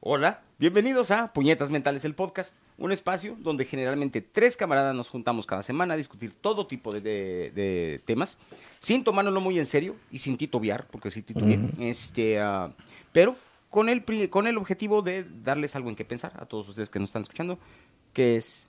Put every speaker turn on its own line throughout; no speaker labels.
Hola, bienvenidos a Puñetas Mentales, el podcast, un espacio donde generalmente tres camaradas nos juntamos cada semana a discutir todo tipo de, de- de temas, sin tomárnoslo muy en serio y sin titubear, porque sí titubeé, este, ah, pero con el, pri- con el objetivo de darles algo en qué pensar a todos ustedes que nos están escuchando, que es,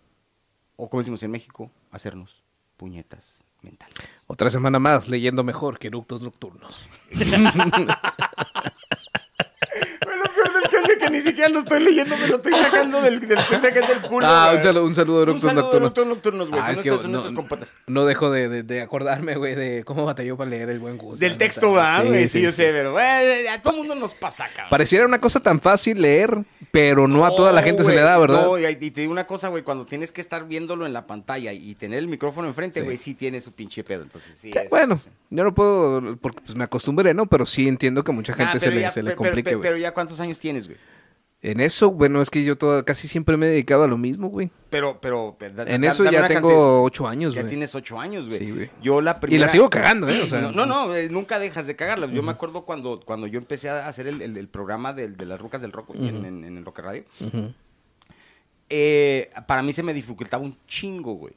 o como decimos en México, hacernos puñetas mentales.
Otra semana más leyendo mejor que eructos nocturnos.
Lo peor del caso es que ni siquiera lo estoy leyendo, me lo estoy sacando del, del, del culo.
Ah, un saludo, un saludo a eructos nocturnos.
eructos nocturnos, güey.
Ah,
son
es que
nuestros- son
no,
nuestros compotas.
no dejo de, de- de acordarme, güey, de cómo batalló para leer el buen gusto.
Del
la
texto,
neta.
va,
Sí,
güey. Sí,
sí,
yo
sí.
sé, pero güey, a todo mundo nos pasa, cabrón.
Pareciera una cosa tan fácil leer, pero no a toda la
No,
gente se
güey,
le da, ¿verdad?
No, y, y te digo una cosa, güey, cuando tienes que estar viéndolo en la pantalla y tener el micrófono enfrente,
Sí.
güey, sí tiene su pinche pedo. Entonces, sí.
Que,
es- Ah,
Bueno, yo no puedo, porque pues, me acostumbré, ¿no? Pero sí entiendo que mucha
Ah,
gente se
pero
le,
ya-
se le
pero-
complica,
pero,
güey.
pero ya cuántos años tienes, güey.
En eso, bueno, es que yo toda- casi siempre me he dedicado a lo mismo, güey.
Pero, pero. da-
En
da-
eso
dame
ya
una
tengo
cantidad-
ocho años,
Ya
güey.
tienes ocho años, güey.
Sí, güey.
Yo la
Y
primera...
la sigo cagando, ¿eh? O sea,
no, no, no, eh, nunca dejas de cagarla. Yo me acuerdo cuando, cuando yo empecé a hacer el, el- el programa del- de, las rucas del rock güey, en, en- en el Rock Radio. eh, para mí se me dificultaba un chingo, güey.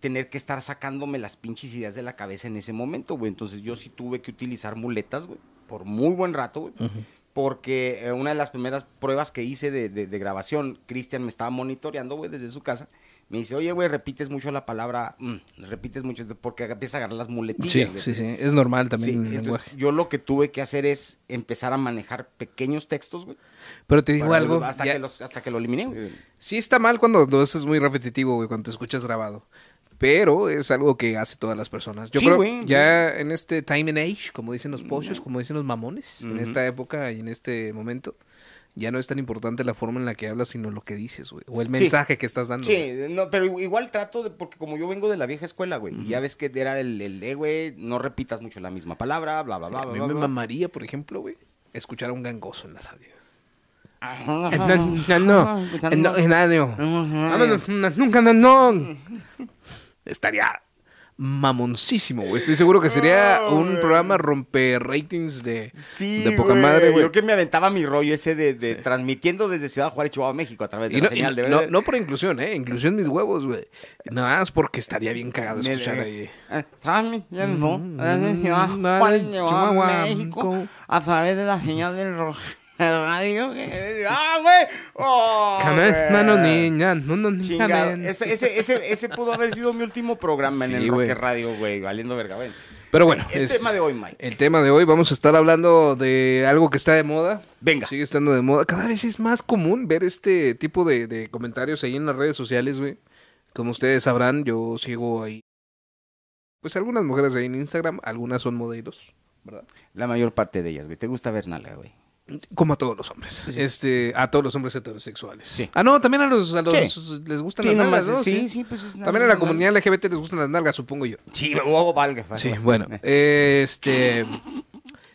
Tener que estar sacándome las pinches ideas de la cabeza en ese momento, güey. Entonces yo sí tuve que utilizar muletas, güey. Por muy buen rato, güey. Porque eh, una de las primeras pruebas que hice de, de- de grabación, Cristian me estaba monitoreando, güey, desde su casa. Me dice, oye, güey, repites mucho la palabra, mm, repites mucho, porque empieza a agarrar las muletillas.
Sí,
güey.
sí, sí. Es normal
Sí,
también el
entonces,
lenguaje.
yo lo que tuve que hacer es empezar a manejar pequeños textos, güey.
Pero te digo
para-
algo.
Hasta,
ya-
que los, hasta que lo eliminé, güey.
Sí está mal cuando no, eso es muy repetitivo, güey, cuando te escuchas grabado. Pero es algo que hace todas las personas. Yo
Sí,
creo
güey,
ya en este time and age, como dicen los pochos, como dicen los mamones, en esta época y en este momento, ya no es tan importante la forma en la que hablas, sino lo que dices, güey. O el mensaje que estás dando. güey.
Sí, no, pero igual trato de, porque como yo vengo de la vieja escuela, güey, y ya ves que era el, el eh, güey, no repitas mucho la misma palabra, bla, bla, bla,
A
bla,
mí
bla,
me
bla.
mamaría, por ejemplo, güey, escuchar a un gangoso en la radio.
Ajá,
Eh,
ajá,
No, no, no,
ajá,
Eh, no, eh, nada, no.
Ajá.
Ah, no, no, no, nunca, no, no. Estaría mamoncísimo, güey. Estoy seguro que sería
No,
un
güey.
programa romper ratings de,
Sí,
de poca madre, güey.
Yo que me aventaba mi rollo ese de, de transmitiendo desde Ciudad Juárez, Chihuahua, México, a través de
Y
la
no, y
señal de
no-
verde.
no por inclusión, ¿eh? Inclusión mis huevos, güey. Nada más porque estaría bien cagado
Me-
escuchar
eh,
ahí.
eh, transmitiendo
Mm,
desde Ciudad
mm,
Juárez,
mm,
Chihuahua,
Chihuahua,
México,
¿cómo?
a través de la señal del ro- radio. que- ¡Ah, güey! ¡Oh, güey!
Jamás, no, niña, no, no, niña,
Chingado.
ven.
Ese, ese, ese, ese pudo haber sido mi último programa en
Sí,
el
güey.
Rocker Radio, güey, valiendo verga, güey.
Pero bueno,
El tema de hoy, Mike.
El tema de hoy vamos a estar hablando de algo que está de moda.
Venga.
Sigue estando de moda. Cada vez es más común ver este tipo de, de comentarios ahí en las redes sociales, güey. Como ustedes sabrán, yo sigo ahí. Pues algunas mujeres ahí en Instagram, algunas son modelos, ¿verdad?
La mayor parte de ellas, güey. ¿Te gusta ver nalga, güey?
Como a todos los hombres. Este, a todos los hombres heterosexuales.
Sí.
Ah, no, también a los, a los
Sí.
les gustan
Sí,
las
nomás,
nalgas, ¿no?
sí, sí, pues es nada
También a la
más,
comunidad LGBT les gustan las nalgas, supongo yo.
¿no? Sí, oh, valga. valga.
Sí, bueno, este,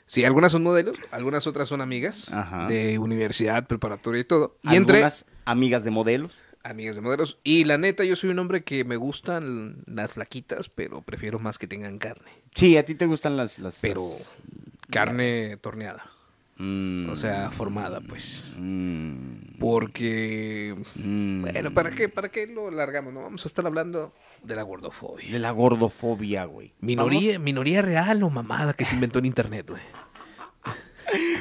sí, algunas son modelos, algunas otras son amigas
Ajá.
de universidad, preparatoria y todo. Y entre
Algunas amigas de modelos.
amigas de modelos. Y la neta, yo soy un hombre que me gustan las flaquitas, pero prefiero más que tengan carne.
Sí, a ti te gustan las... las
Pero
las-
carne torneada,
Mm,
o sea, formada, pues.
mm,
Porque,
mm.
bueno, ¿para qué, para qué lo largamos? No vamos a estar hablando de la gordofobia.
De la gordofobia, güey.
Minoría, minoría real o mamada que se inventó en internet, güey.
Vamos-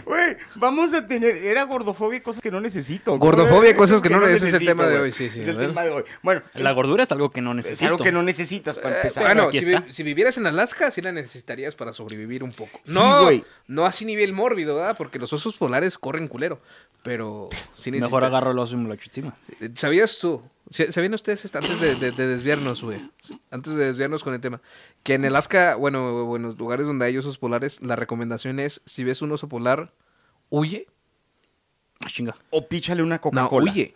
Güey, vamos a tener... Era gordofobia, cosas que no necesito.
Gordofobia, cosas que no- ese es el
necesito,
tema de
güey.
hoy, sí, sí,
Es el
¿verdad?
tema de hoy. Bueno,
La gordura es algo que no
es
necesito.
algo que no necesitas para
Eh,
empezar.
bueno,
Aquí
si, vi-
está.
si vivieras en Alaska, sí la necesitarías para sobrevivir un poco.
Sí,
No,
güey.
no así nivel mórbido, ¿verdad? Porque los osos polares corren culero. Pero sí necesitas-
Mejor agarro el oso y me lo echo encima.
Eh, ¿Sabías tú? ¿Sí- ¿Sabían ustedes
este,
esto antes de, de- de desviarnos, güey? Sí, Antes de desviarnos con el tema. Que en Alaska, bueno, o en los lugares donde hay osos polares, la recomendación es, si ves un oso polar, huye.
Ah, chinga.
O píchale una
No,
Coca-Cola.
huye.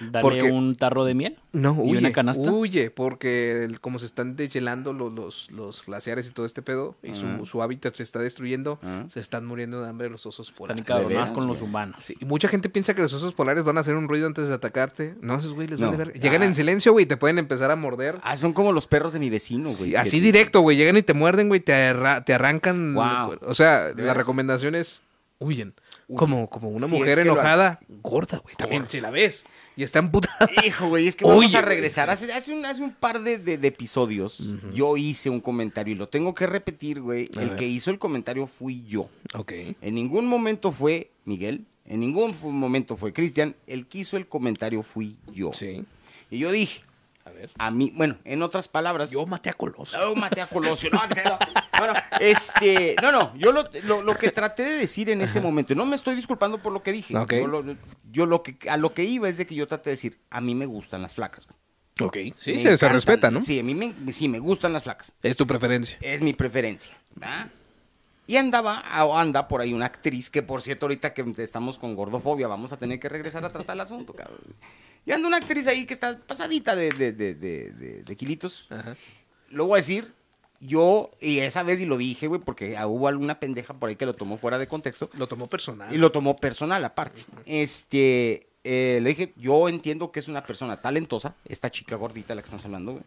Dale
Porque-
un tarro de miel.
No,
¿Y
huye,
una canasta?
huye, porque el- como se están deshielando lo- los, los glaciares y todo este pedo, y su,
Ajá.
su hábitat se está destruyendo,
Ajá.
se están muriendo de hambre los osos
Están
polares.
cabrones. veras,
encabronadas con los
güey.
humanos.
Sí, y mucha gente piensa que los osos polares van a hacer un ruido antes de atacarte. No, esos güey les
No.
vale verga. Llegan
Ah.
en silencio, güey, y te pueden empezar a morder.
Ah, son como los perros de mi vecino, güey.
Sí,
que-
así directo, güey. Llegan y te muerden, güey, te, arra- te arrancan.
Guau.
O sea, la
veras?
recomendación es huyen. Como, como una
Si
mujer
es que lo-
enojada, gorda, güey, también, si la ves. Y está emputada.
Hijo, güey, es que
Oye,
vamos a
güey,
regresar. Hace, hace un, hace un par de, de- de episodios yo hice un comentario y lo tengo que repetir, güey.
A
El
ver.
que hizo el comentario fui yo.
Ok.
En ningún momento fue Miguel, en ningún fu- momento fue Cristian. El que hizo el comentario fui yo.
Sí.
Y yo dije,
A ver.
a mí, bueno, en otras palabras, yo
maté a Coloso.
maté a Colosio. No, que no. No, no, este, no, no, yo lo, lo- lo que traté de decir en ese momento, no me estoy disculpando por lo que dije.
Ok.
Yo, lo, yo lo que, a lo que iba es de que yo traté de decir, a mí me gustan las flacas.
Ok. Sí,
Me
se, se
encantan.
respeta, ¿no?
Sí, a mí me, sí, me gustan las flacas.
Es tu preferencia.
Es mi preferencia. ¿va? Y andaba, o anda por ahí una actriz, que por cierto, ahorita que estamos con gordofobia, vamos a tener que regresar a tratar el asunto, cabrón. Y anda una actriz ahí que está pasadita de, de, de, de, de- de kilitos.
Ajá.
Lo voy a decir, yo, y esa vez, y lo dije, güey, porque ah, hubo alguna pendeja por ahí que lo tomó fuera de contexto.
Lo tomó personal.
Y lo tomó personal aparte. Este, eh, le dije, yo entiendo que es una persona talentosa, esta chica gordita de la que estamos hablando, güey.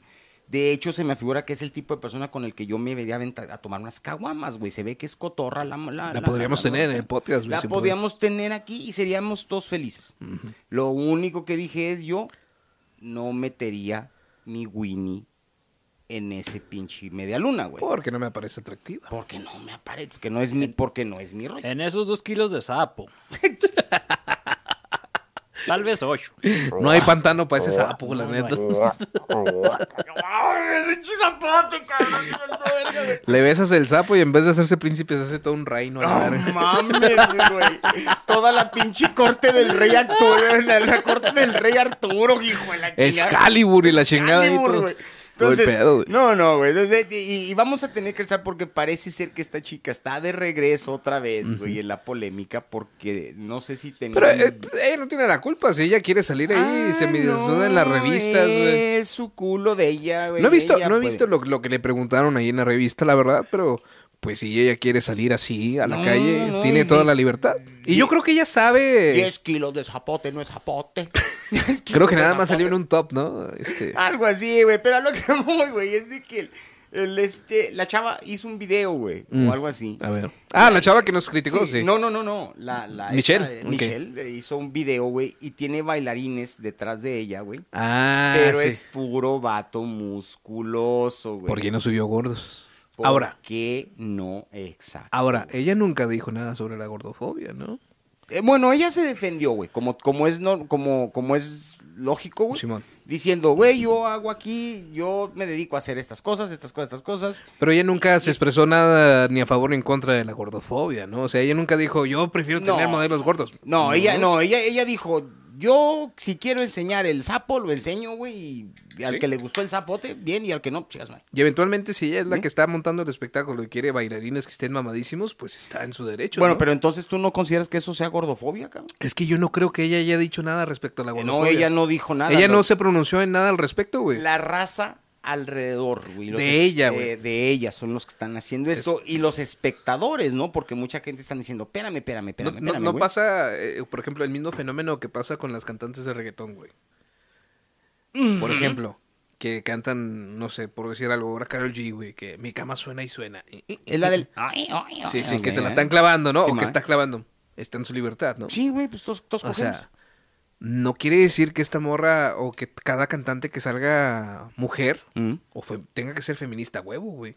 De hecho, se me figura que es el tipo de persona con el que yo me vería a, venta- a tomar unas caguamas, güey. Se ve que es cotorra la... La,
La podríamos tener ¿eh? en el podcast, güey,
La
sin
podríamos tener aquí y seríamos todos felices. Lo único que dije es yo no metería mi Winnie en ese pinche media luna, güey.
Porque no me parece atractiva.
Porque no me aparece, porque no es mi, porque no es mi rollo.
En esos dos kilos de sapo. Tal vez ocho.
No hay pantano para ese sapo, la neta. Le besas el sapo y en vez de hacerse príncipe se hace todo un reino. a la
Ah,
verga.
mames, güey. Toda la pinche corte del rey Arturo, la, la corte del rey Arturo, hijo de la chingada.
Excalibur y la chingada ahí,
Excalibur,
todo.
Ah, güey.
Todo el
Entonces,
pedo, güey.
no, no, güey. Entonces, Y, y vamos a tener que estar porque parece ser que esta chica está de regreso otra vez, güey, en la polémica porque no sé si tenía...
Pero eh, ella no tiene la culpa. Si ella quiere salir ahí y se me desnuda en las revistas, güey.
Ah, Es su culo de ella, güey.
No he visto,
Ella
no he
puede.
visto lo, lo que le preguntaron ahí en la revista, la verdad, pero pues si ella quiere salir así a la
No,
calle,
no,
tiene
y-
toda la libertad. Y yo creo que ella sabe.
10 kilos de zapote, no es zapote.
Creo que nada más
salió
salió en un top, ¿no? Este,
Algo así, güey. Pero a lo que voy, güey, es de que el, el, este, la chava hizo un video, güey,
Mm.
o algo así.
a ver. Ah, la chava que nos criticó,
Sí,
sí.
No, no, no, no. La, la,
Michelle,
esta, eh,
ok.
Michelle eh, hizo un video, güey, y tiene bailarines detrás de ella, güey.
Ah,
pero
sí.
es puro vato musculoso, güey.
¿Por qué no subió gordos?
¿Por
Ahora,
qué no? Exacto.
ahora, ella nunca dijo nada sobre la gordofobia, ¿no?
Eh, bueno, ella se defendió, güey, como, como, es, no, como, como es lógico, güey.
Simón.
Diciendo, güey, yo hago aquí, yo me dedico a hacer estas cosas, estas cosas, estas cosas.
Pero ella nunca se expresó nada ni a favor ni en contra de la gordofobia, ¿no? O sea, ella nunca dijo, yo prefiero
No.
tener modelos gordos.
No, ella no, ella, ella dijo, yo si quiero enseñar el sapo, lo enseño, güey, y al
Sí.
que le gustó el zapote, bien, y al que no, chicas,
Y eventualmente, si ella es
¿Mm?
la que está montando el espectáculo y quiere bailarines que estén mamadísimos, pues está en su derecho.
Bueno,
¿no?
pero entonces tú no consideras que eso sea gordofobia, cabrón.
Es que yo no creo que ella haya dicho nada respecto a la
Eh,
gordofobia.
No, ella no dijo nada.
Ella no
lo-
se pronunció en nada al respecto, güey.
La raza alrededor, güey. los
De
es-
ella,
eh,
güey.
de ella son los que están haciendo esto. Y los espectadores, ¿no? Porque mucha gente están diciendo, espérame, espérame,
No,
espérame,
no-
espérame,
no
güey".
pasa, eh, por ejemplo, el mismo fenómeno que pasa con las cantantes de reggaetón, güey. Por ejemplo, que cantan, no sé, por decir algo, ahora Carol G, güey, que mi cama suena y suena.
Eh, Es la del... ay, ay, ay,
Sí, sí, que
ay,
se la
ay.
están clavando, ¿no?
Ah, Sí,
o
ma.
que está clavando. Está en su libertad, ¿no?
Sí, güey, pues todos, todos
O
cogemos.
sea, no quiere decir que esta morra o que cada cantante que salga mujer
Mm.
o fe- tenga que ser feminista a huevo, güey.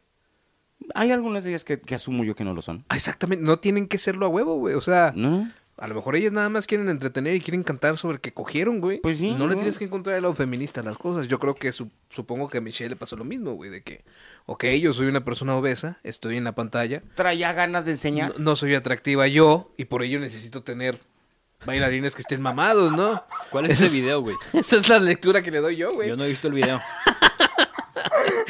Hay algunas de ellas que, que asumo yo que no lo son.
Ah, Exactamente, no tienen que serlo a huevo, güey. O sea,
¿No?
a lo mejor ellas nada más quieren entretener y quieren cantar sobre que cogieron, güey.
Pues sí,
No le
¿no?
tienes que encontrar el lado feminista a las cosas. Yo creo que su- supongo que a Michelle le pasó lo mismo, güey, de que, ok, yo soy una persona obesa, estoy en la pantalla,
Traía ganas de enseñar.
no, no soy atractiva yo y por ello necesito tener bailarines que estén mamados, ¿no?
¿Cuál es ese video, güey?
Esa es la lectura que le doy yo, güey.
Yo no he visto el video.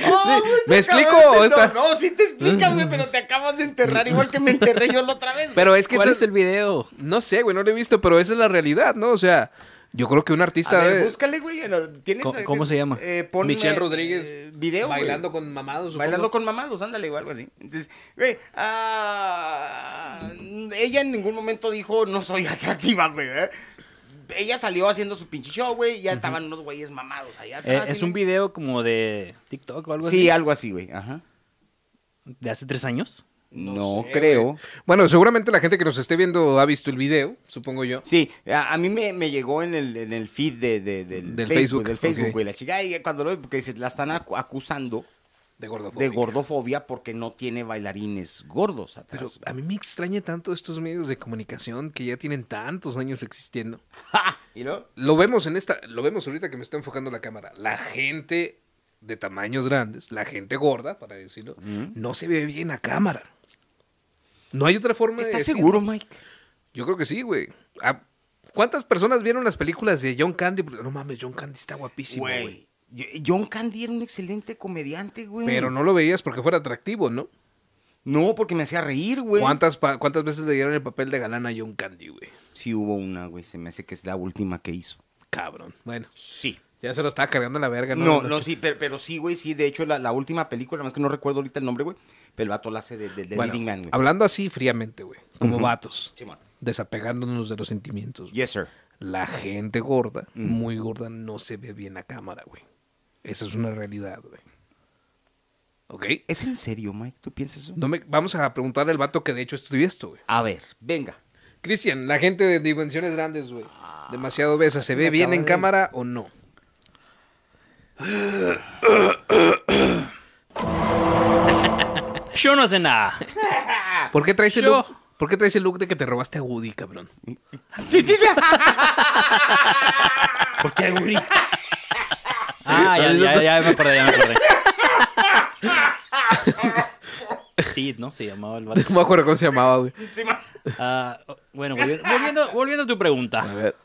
¡Oh, güey,
¿me
te
explico
acabas
o
de-
está-
No, no, sí te explicas, güey, pero te acabas de enterrar igual que me enterré yo la otra vez. güey.
Pero es que
¿Cuál
tú-
es el video?
no sé, güey, no lo he visto, pero esa es la realidad, ¿no? O sea, Yo creo que un
A
artista
ver,
debe-
búscale, güey. en- ¿Tienes,
¿Cómo- cómo se llama?
Eh, ponme,
Michelle Rodríguez
eh, video, güey.
bailando con mamados. supongo.
Bailando con mamados, ándale, o algo así. Entonces, güey, ah, ella en ningún momento dijo, no soy atractiva, güey. ¿eh? Ella salió haciendo su pinche show, güey, ya estaban unos güeyes mamados allá
Eh,
atrás.
es
Ah, ¿sí,
un
güey?
video como de TikTok o algo
Sí,
así.
algo así, güey, ajá.
De hace tres años.
No,
sé,
creo.
Bueno, seguramente la gente que nos esté viendo ha visto el video, supongo yo.
Sí, a, a mí me, me llegó en el, en el feed de, de- del,
Del Facebook,
Facebook, del Facebook,
ok.
güey, la chica, y cuando lo ve, porque se la están acu- acusando
De gordofobia.
de gordofobia porque no tiene bailarines gordos atrás.
Pero a mí me extraña tanto estos medios de comunicación que ya tienen tantos años existiendo.
¡Ja! ¿Y luego?
Lo vemos en esta, lo vemos ahorita que me está enfocando la cámara. La gente de tamaños grandes, la gente gorda, para decirlo,
Ujú.
no se ve bien a cámara. No hay otra forma de
¿Estás
decirlo.
seguro, Mike?
Yo creo que sí, güey. Ah, ¿Cuántas personas vieron las películas de John Candy? Porque, No mames, John Candy está guapísimo, güey.
Güey. John Candy era un excelente comediante, güey.
Pero no lo veías porque fuera atractivo, ¿no?
No, porque me hacía reír, güey.
¿Cuántas, pa- ¿Cuántas veces le dieron el papel de galán a John Candy, güey?
Sí hubo una, güey. Se me hace que es la última que hizo.
Cabrón. Bueno,
Sí.
ya se lo estaba cargando la verga, ¿no?
No, no, sí, pero, pero sí, güey, sí. De hecho, la, la última película, más que no recuerdo ahorita el nombre, güey. Pero el vato la hace de, de, de
Bueno,
Leading Man, güey.
hablando así fríamente, güey, como
Ujú.
vatos,
Simón.
desapegándonos de los sentimientos. güey.
Yes, sir.
La gente gorda,
Ujú.
muy gorda, no se ve bien a cámara, güey. Esa es una realidad, güey. ¿Ok?
¿Es en serio, Mike? ¿Tú piensas eso?
No me- vamos a preguntarle al vato que de hecho estudió esto, güey.
A ver, venga.
Cristian, la gente de dimensiones grandes, güey. Demasiado besa. ¿Se
Ah, se
ve
me
bien
acaba
en
de-
cámara o no?
Yo no sé nada.
¿Por qué traes el
Yo-
look? ¿Por qué traes el look de que te robaste a Woody, cabrón?
¿Por qué aburrí? Ah, ya, ya, ya me acordé, ya me acordé. Sid, ¿no? Se llamaba el vato.
No me acuerdo cómo se llamaba, güey.
Ah, bueno, volviendo, volviendo, volviendo a tu pregunta.
A ver.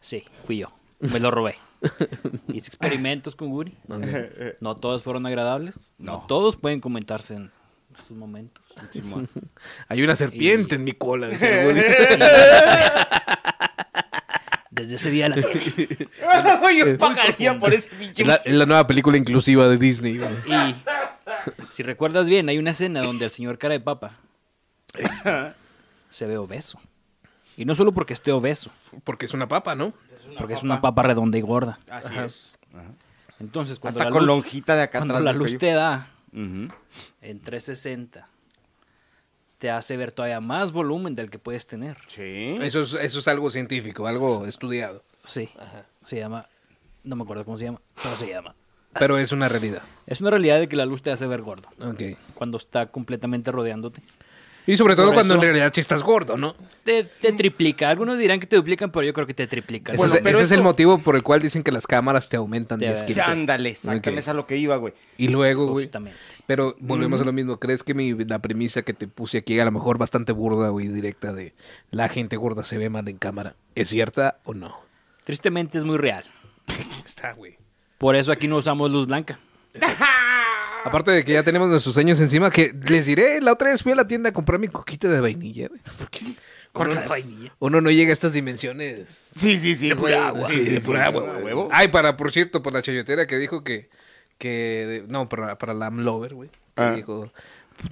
Sí, fui yo. Me lo robé. Hice experimentos con Guri. No todos fueron agradables. No.
No.
todos pueden comentarse en estos momentos.
Simón.
Hay una serpiente
Y-
en mi cola. decía el Woody.
Desde ese día la...
Yo pagaría por ese pinche.
Es la, es la nueva película inclusiva de Disney, güey.
Y si recuerdas bien, hay una escena donde el señor cara de papa se ve obeso. Y no solo porque esté obeso,
Porque es una papa, ¿no?
porque es una papa redonda y gorda.
Así es. Ajá.
Entonces, cuando
Ah, Hasta
la
con
luz,
lonjita de acá
cuando
atrás.
la
del
luz
cuello.
te da
Ujú.
en 360, te hace ver todavía más volumen del que puedes tener.
Sí.
Eso es, eso es algo científico, algo estudiado.
Sí, se llama, no me acuerdo cómo se llama, pero se llama.
Pero es una realidad.
Es una realidad de que la luz te hace ver gordo
Ok.
cuando está completamente rodeándote.
Y sobre todo
Por
cuando en
eso-
realidad sí estás gordo, ¿no?
Te, te triplica. Algunos dirán que te duplican, pero yo creo que te triplican.
Ese,
Bueno,
es,
pero
ese es el
esto-
motivo por el cual dicen que las cámaras te aumentan
Te-
10
Sí,
kilos.
ándale, exactamente
Ok.
es a lo que iba, güey.
Y luego, güey.
Justamente.
Pero volvemos a lo mismo. ¿Crees que mi, la premisa que te puse aquí, a lo mejor bastante burda, güey, directa de la gente gorda se ve mal en cámara, ¿es cierta o no?
Tristemente es muy real.
Está, güey.
Por eso aquí no usamos luz blanca.
Aparte de que ya tenemos nuestros años encima, que les diré, la otra vez fui a la tienda a comprar mi coquita de vainilla, güey. Porque
¿Cuál
uno,
de vainilla?
uno no llega a estas dimensiones.
Sí, sí, sí. güey. Sí, sí, sí, güey.
Ay, para, por cierto, por la chayotera que dijo que. que no, para, para la Amlover, güey. Que
Ah.
dijo.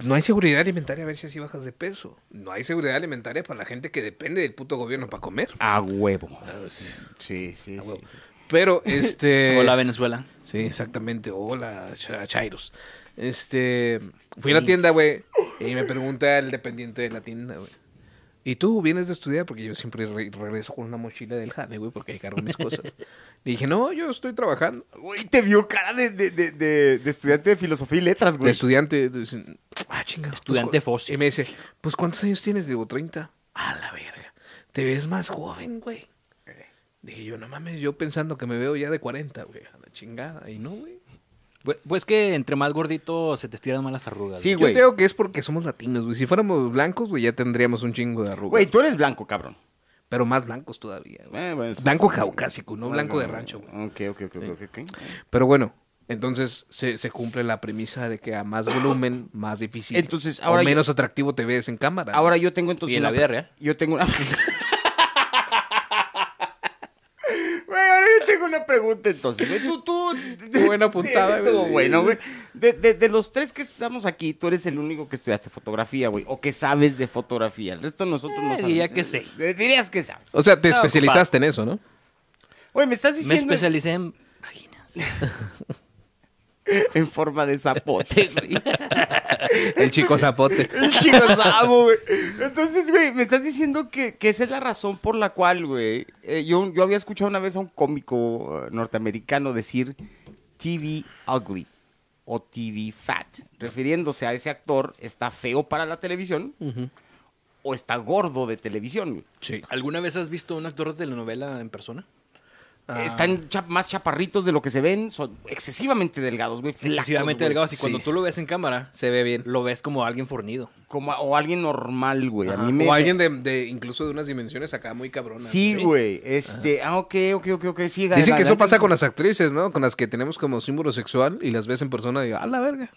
No hay seguridad alimentaria a ver si así bajas de peso. No hay seguridad alimentaria para la gente que depende del puto gobierno para comer. Ah,
A huevo. Sí, sí, sí.
Pero, este.
Hola, Venezuela.
Sí, exactamente. Hola, cha- Chairos. Este, fui a la tienda, güey, y me pregunta el dependiente de la tienda, güey. ¿Y tú vienes de estudiar? Porque yo siempre re- regreso con una mochila del jade, güey, porque ahí cargo mis cosas. Le dije, no, yo estoy trabajando.
Güey, te vio cara de, de, de, de, de estudiante de filosofía y letras,
De
güey.
estudiante. dicen, ah, chinga. pues,
Estudiante
cu-
fósil.
Y me dice, pues, ¿cuántos años tienes? Digo, 30. A la verga. Te ves más joven, güey. Dije yo, no mames, yo pensando que me veo ya de 40, güey. A la chingada. Y no, güey.
Pues- Pues que entre más gordito se te estiran más las arrugas.
Sí, güey.
güey.
Yo creo que es porque somos latinos, güey. Si fuéramos blancos, güey, ya tendríamos un chingo de arrugas.
Güey, tú eres blanco, cabrón.
Pero más blancos todavía, güey.
Eh, bueno, eso-
Blanco caucásico, no blanco de rancho, güey.
Ok, ok, ok, ok, ok.
Pero bueno, entonces se, se cumple la premisa de que a más volumen, más difícil.
Entonces,
o
ahora yo-
menos atractivo te ves en cámara.
Ahora yo tengo entonces.
¿Y en la
una-
vida real?
Yo tengo una. una pregunta entonces, güey. Tú, tú.
Qué buena puntada,
güey. Estuvo
güey.
bueno, güey. De, de- de los tres que estamos aquí, tú eres el único que estudiaste fotografía, güey. O que sabes de fotografía. El resto de nosotros no
Eh,
sabemos.
diría que sé.
Eh, Dirías que sabes.
O sea, te
No,
especializaste en eso, ¿no?
Güey, me estás
Me
diciendo en-
especialicé en páginas.
en forma de zapote, güey.
El chico zapote.
El chingazabo, güey. Entonces, güey, me estás diciendo que, que esa es la razón por la cual, güey. eh, yo, yo había escuchado una vez a un cómico eh, norteamericano decir TV ugly o TV fat, refiriéndose a ese actor está feo para la televisión o está gordo de televisión, güey.
¿Alguna vez has visto a un actor de telenovela en persona? Ah.
Están cha- más chaparritos de lo que se ven, son excesivamente delgados, güey. flacos,
Excesivamente
güey.
delgados. Y cuando
Sí.
tú lo ves en cámara,
Se ve bien.
lo ves como alguien fornido.
Como, a- o alguien normal, güey. A mí me,
O alguien de, de- incluso de unas dimensiones acá muy cabronas.
Sí, güey. Este, ah, ok, ok, ok, ok. Sí,
Dicen que eso
adelante.
pasa con las actrices, ¿no? Con las que tenemos como símbolo sexual y las ves en persona y a la verga.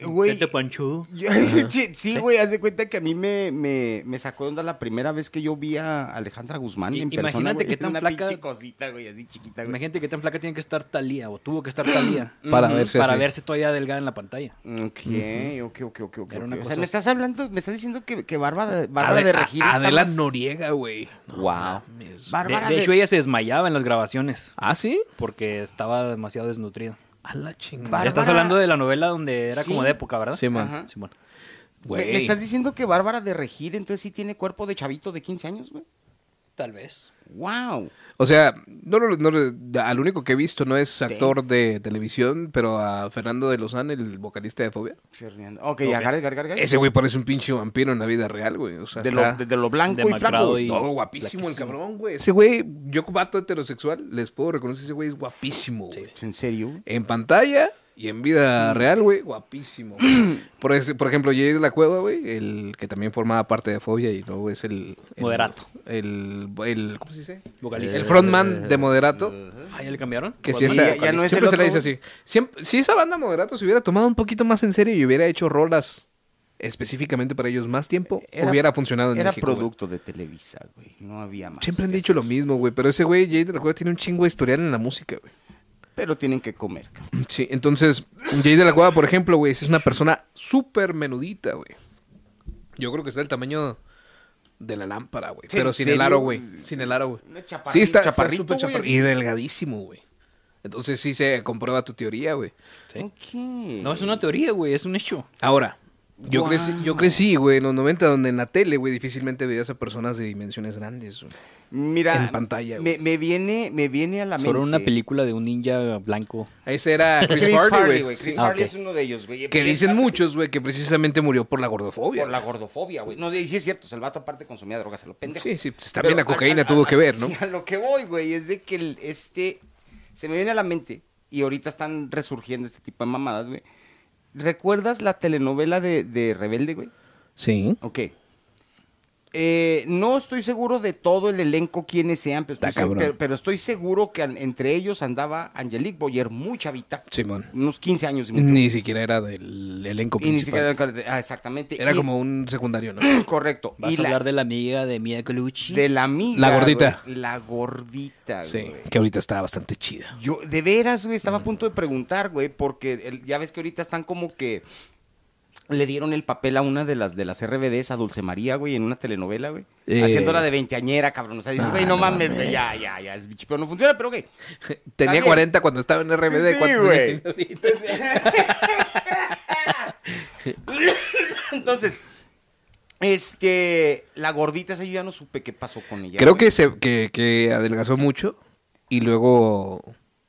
Güey.
Vete, Este Pancho.
yo- sí, sí, güey, haz de cuenta que a mí me, me, me sacó de onda la primera vez que yo vi a Alejandra Guzmán
I-
en persona.
imagínate
güey.
qué tan
Una
flaca-
pinche cosita, güey, así chiquita, güey.
Imagínate que tan flaca tiene que estar Talía o tuvo que estar Talía
Para verse
para
así.
verse todavía delgada en la pantalla.
Ok, ok, ok, ok, ok.
Era una
ok. O sea,
cosa
me
así.
estás hablando, me estás diciendo que, que Bárbara, Bárbara de Regil está
Adela
más-
Noriega, güey.
Wow.
De,
Bárbara
de
de-
hecho, ella se desmayaba en las grabaciones
¿Ah, sí?
porque estaba demasiado desnutrida.
A la chingada.
Bárbara-
Estás hablando de la novela donde era
Sí.
como de época, ¿verdad?
Sí, man.
Ajá.
Simón.
Me, me
Güey.
estás diciendo que Bárbara de Regil entonces sí tiene cuerpo de chavito de 15 años, güey.
Tal vez.
Wow.
O sea, no, lo- no lo- al único que he visto no es actor de televisión, pero a Fernando de Lozán, el vocalista de Fobia.
Fernando. Ok, ya, Gareth, Gareth, Gareth.
Ese güey parece un pinche vampiro en la vida real, güey. O sea,
De
está-
lo, de, de lo blanco y
Demacrado
flaco. güey.
y-
No, guapísimo el
Flaquísimo.
cabrón, güey. Ese güey, yo como vato heterosexual, les puedo reconocer, ese güey es guapísimo, güey.
¿En serio? güey?
En pantalla y en vida real, güey, guapísimo. güey. Por, ese- por ejemplo, Jay de la Cueva, güey, el que también formaba parte de Fobia y luego es el... el-
Moderato.
El, el- ¿Cómo se dice?
Vocalista.
El frontman de Moderato.
Ah, ya le cambiaron.
Que
Pues
si
sí,
esa,
ya- ya no es
siempre
el
se
otro,
le dice así. Siempre- si esa banda moderato se hubiera tomado un poquito más en serio y hubiera hecho rolas específicamente para ellos más tiempo,
Era-
hubiera funcionado en
Era
México, güey.
producto de Televisa, güey. No había más.
Siempre han
que
dicho
hacer.
lo mismo, güey. Pero ese güey, Jay de la Cueva, tiene un chingo de historial en la música, güey.
Pero tienen que comer, cabrón.
Sí, entonces, Jay de la Cueva, por ejemplo, güey, es una persona súper menudita, güey. Yo creo que está del tamaño de la lámpara, güey.
Sí,
Pero
¿en
sin el
serio?
aro, güey. Sin el aro, güey.
Una chaparri-
Sí, está, está
chaparrito,
súper
güey,
chaparri-
así.
Y delgadísimo, güey. Entonces sí se comprueba tu teoría, güey.
Sí.
Ok.
No, es una teoría, güey, es un hecho.
Ahora, yo
Guau.
crecí, yo crecí, güey, en los 90, donde en la tele, güey, difícilmente veías a personas de dimensiones grandes. güey.
Mira,
en pantalla,
me,
güey.
me viene, me viene a la mente.
Sobre una película de un ninja blanco.
Ese era Chris,
Chris
Farley, güey.
Chris
Sí.
Ah,
Farley
ok.
es uno de ellos, güey.
Que dicen muchos, güey, que precisamente murió por la gordofobia.
Por la gordofobia, güey. No, y sí es cierto, o sea, el vato aparte consumía drogas, a lo pendejo.
Sí, sí, pues, también
Pero
la cocaína
a- a-
tuvo
a-
que ver, ¿no?
sí, a lo que voy, güey, es de que el- este. Se me viene a la mente, y ahorita están resurgiendo este tipo de mamadas, güey. ¿Recuerdas la telenovela de, de Rebelde, güey?
Sí.
Ok. Eh, no estoy seguro de todo el elenco quienes sean, pero
Está
estoy, se-
cabrón.
pero, pero estoy seguro que an- entre ellos andaba Angelique Boyer, muy chavita,
Simón.
unos 15 años y mucho.
Ni siquiera era del elenco
Y ni siquiera
principal.
ah, exactamente.
Era
Y-
como un secundario, ¿no?
correcto.
Vas
y
a hablar
la,
de la amiga de Mia Colucci.
de la amiga.
La gordita.
güey. la gordita,
Sí,
güey.
que ahorita está bastante chida.
Yo, de veras, güey, estaba a punto de preguntar, güey, porque el- ya ves que ahorita están como que le dieron el papel a una de las de las RBDs, a Dulce María, güey, en una telenovela, güey.
Eh.
Haciéndola de veinteañera, cabrón. O sea, dices,
Ah,
güey, no,
no
mames, güey, ya, ya, ya, es bicho, pero no funciona, pero güey.
Tenía
También.
40 cuando estaba en RBD.
Sí,
¿cuántos
güey.
años tiene ahorita?
Entonces, este, la gordita esa yo ya no supe qué pasó con ella.
Creo
güey.
que, se, que, que adelgazó mucho y luego,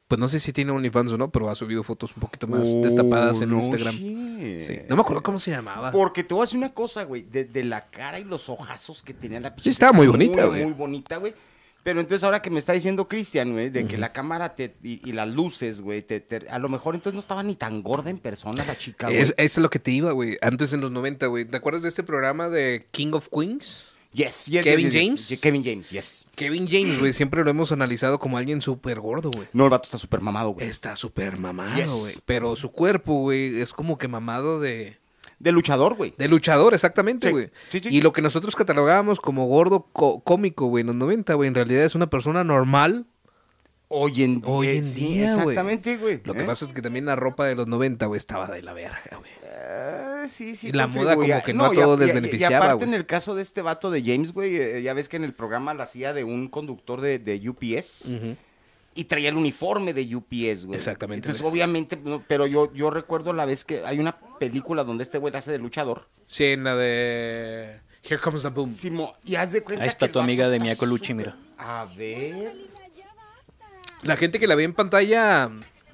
pues no sé si tiene OnlyFans o no, pero ha subido fotos un poquito más
Oh,
destapadas en
no
Instagram.
shit.
Sí. No me acuerdo cómo se llamaba.
Porque te voy a decir una cosa, güey. De, de la cara y los ojazos que tenía la
Sí, estaba muy bonita,
muy,
güey.
Muy bonita, güey. Pero entonces ahora que me está diciendo Cristian, güey, de que la cámara te, y, y las luces, güey, te, te- a lo mejor entonces no estaba ni tan gorda en persona la chica, güey.
Es, es lo que te iba, güey. Antes en los 90, güey. ¿Te acuerdas de este programa de King of Queens?
Yes, yes,
Kevin
yes, yes,
James.
yes, Kevin James, yes.
Kevin James, güey. Siempre lo hemos analizado como alguien súper gordo, güey.
No, el vato está súper mamado, güey.
Está súper mamado,
Yes.
güey. Pero su cuerpo, güey, es como que mamado de...
De luchador, güey.
De luchador, exactamente,
Sí,
güey.
sí, sí.
Y lo que nosotros catalogábamos como gordo co- cómico, güey, en los 90, güey, en realidad es una persona normal
Hoy en día.
Hoy en
sí,
día, güey.
exactamente, güey.
Lo que
¿eh?
pasa es que también la ropa de los 90, güey, estaba de la verga, güey.
Ah, sí, sí.
Y la moda
contribuía.
como que no a
y ap-
todos les
y- y- Y
beneficiaba,
aparte
güey.
en el caso de este vato de James, güey, eh, ya ves que en el programa la hacía de un conductor de, de UPS y traía el uniforme de UPS, güey.
Exactamente,
Entonces,
güey.
obviamente, no, pero yo, yo recuerdo la vez que hay una película donde este güey la hace de luchador.
Sí, en la de Here Comes the Boom.
Simo, y haz de cuenta
Ahí está
que el
tu
vato
amiga de
está
Mia Colucci,
súper-
mira.
A ver.
La gente que la ve en pantalla,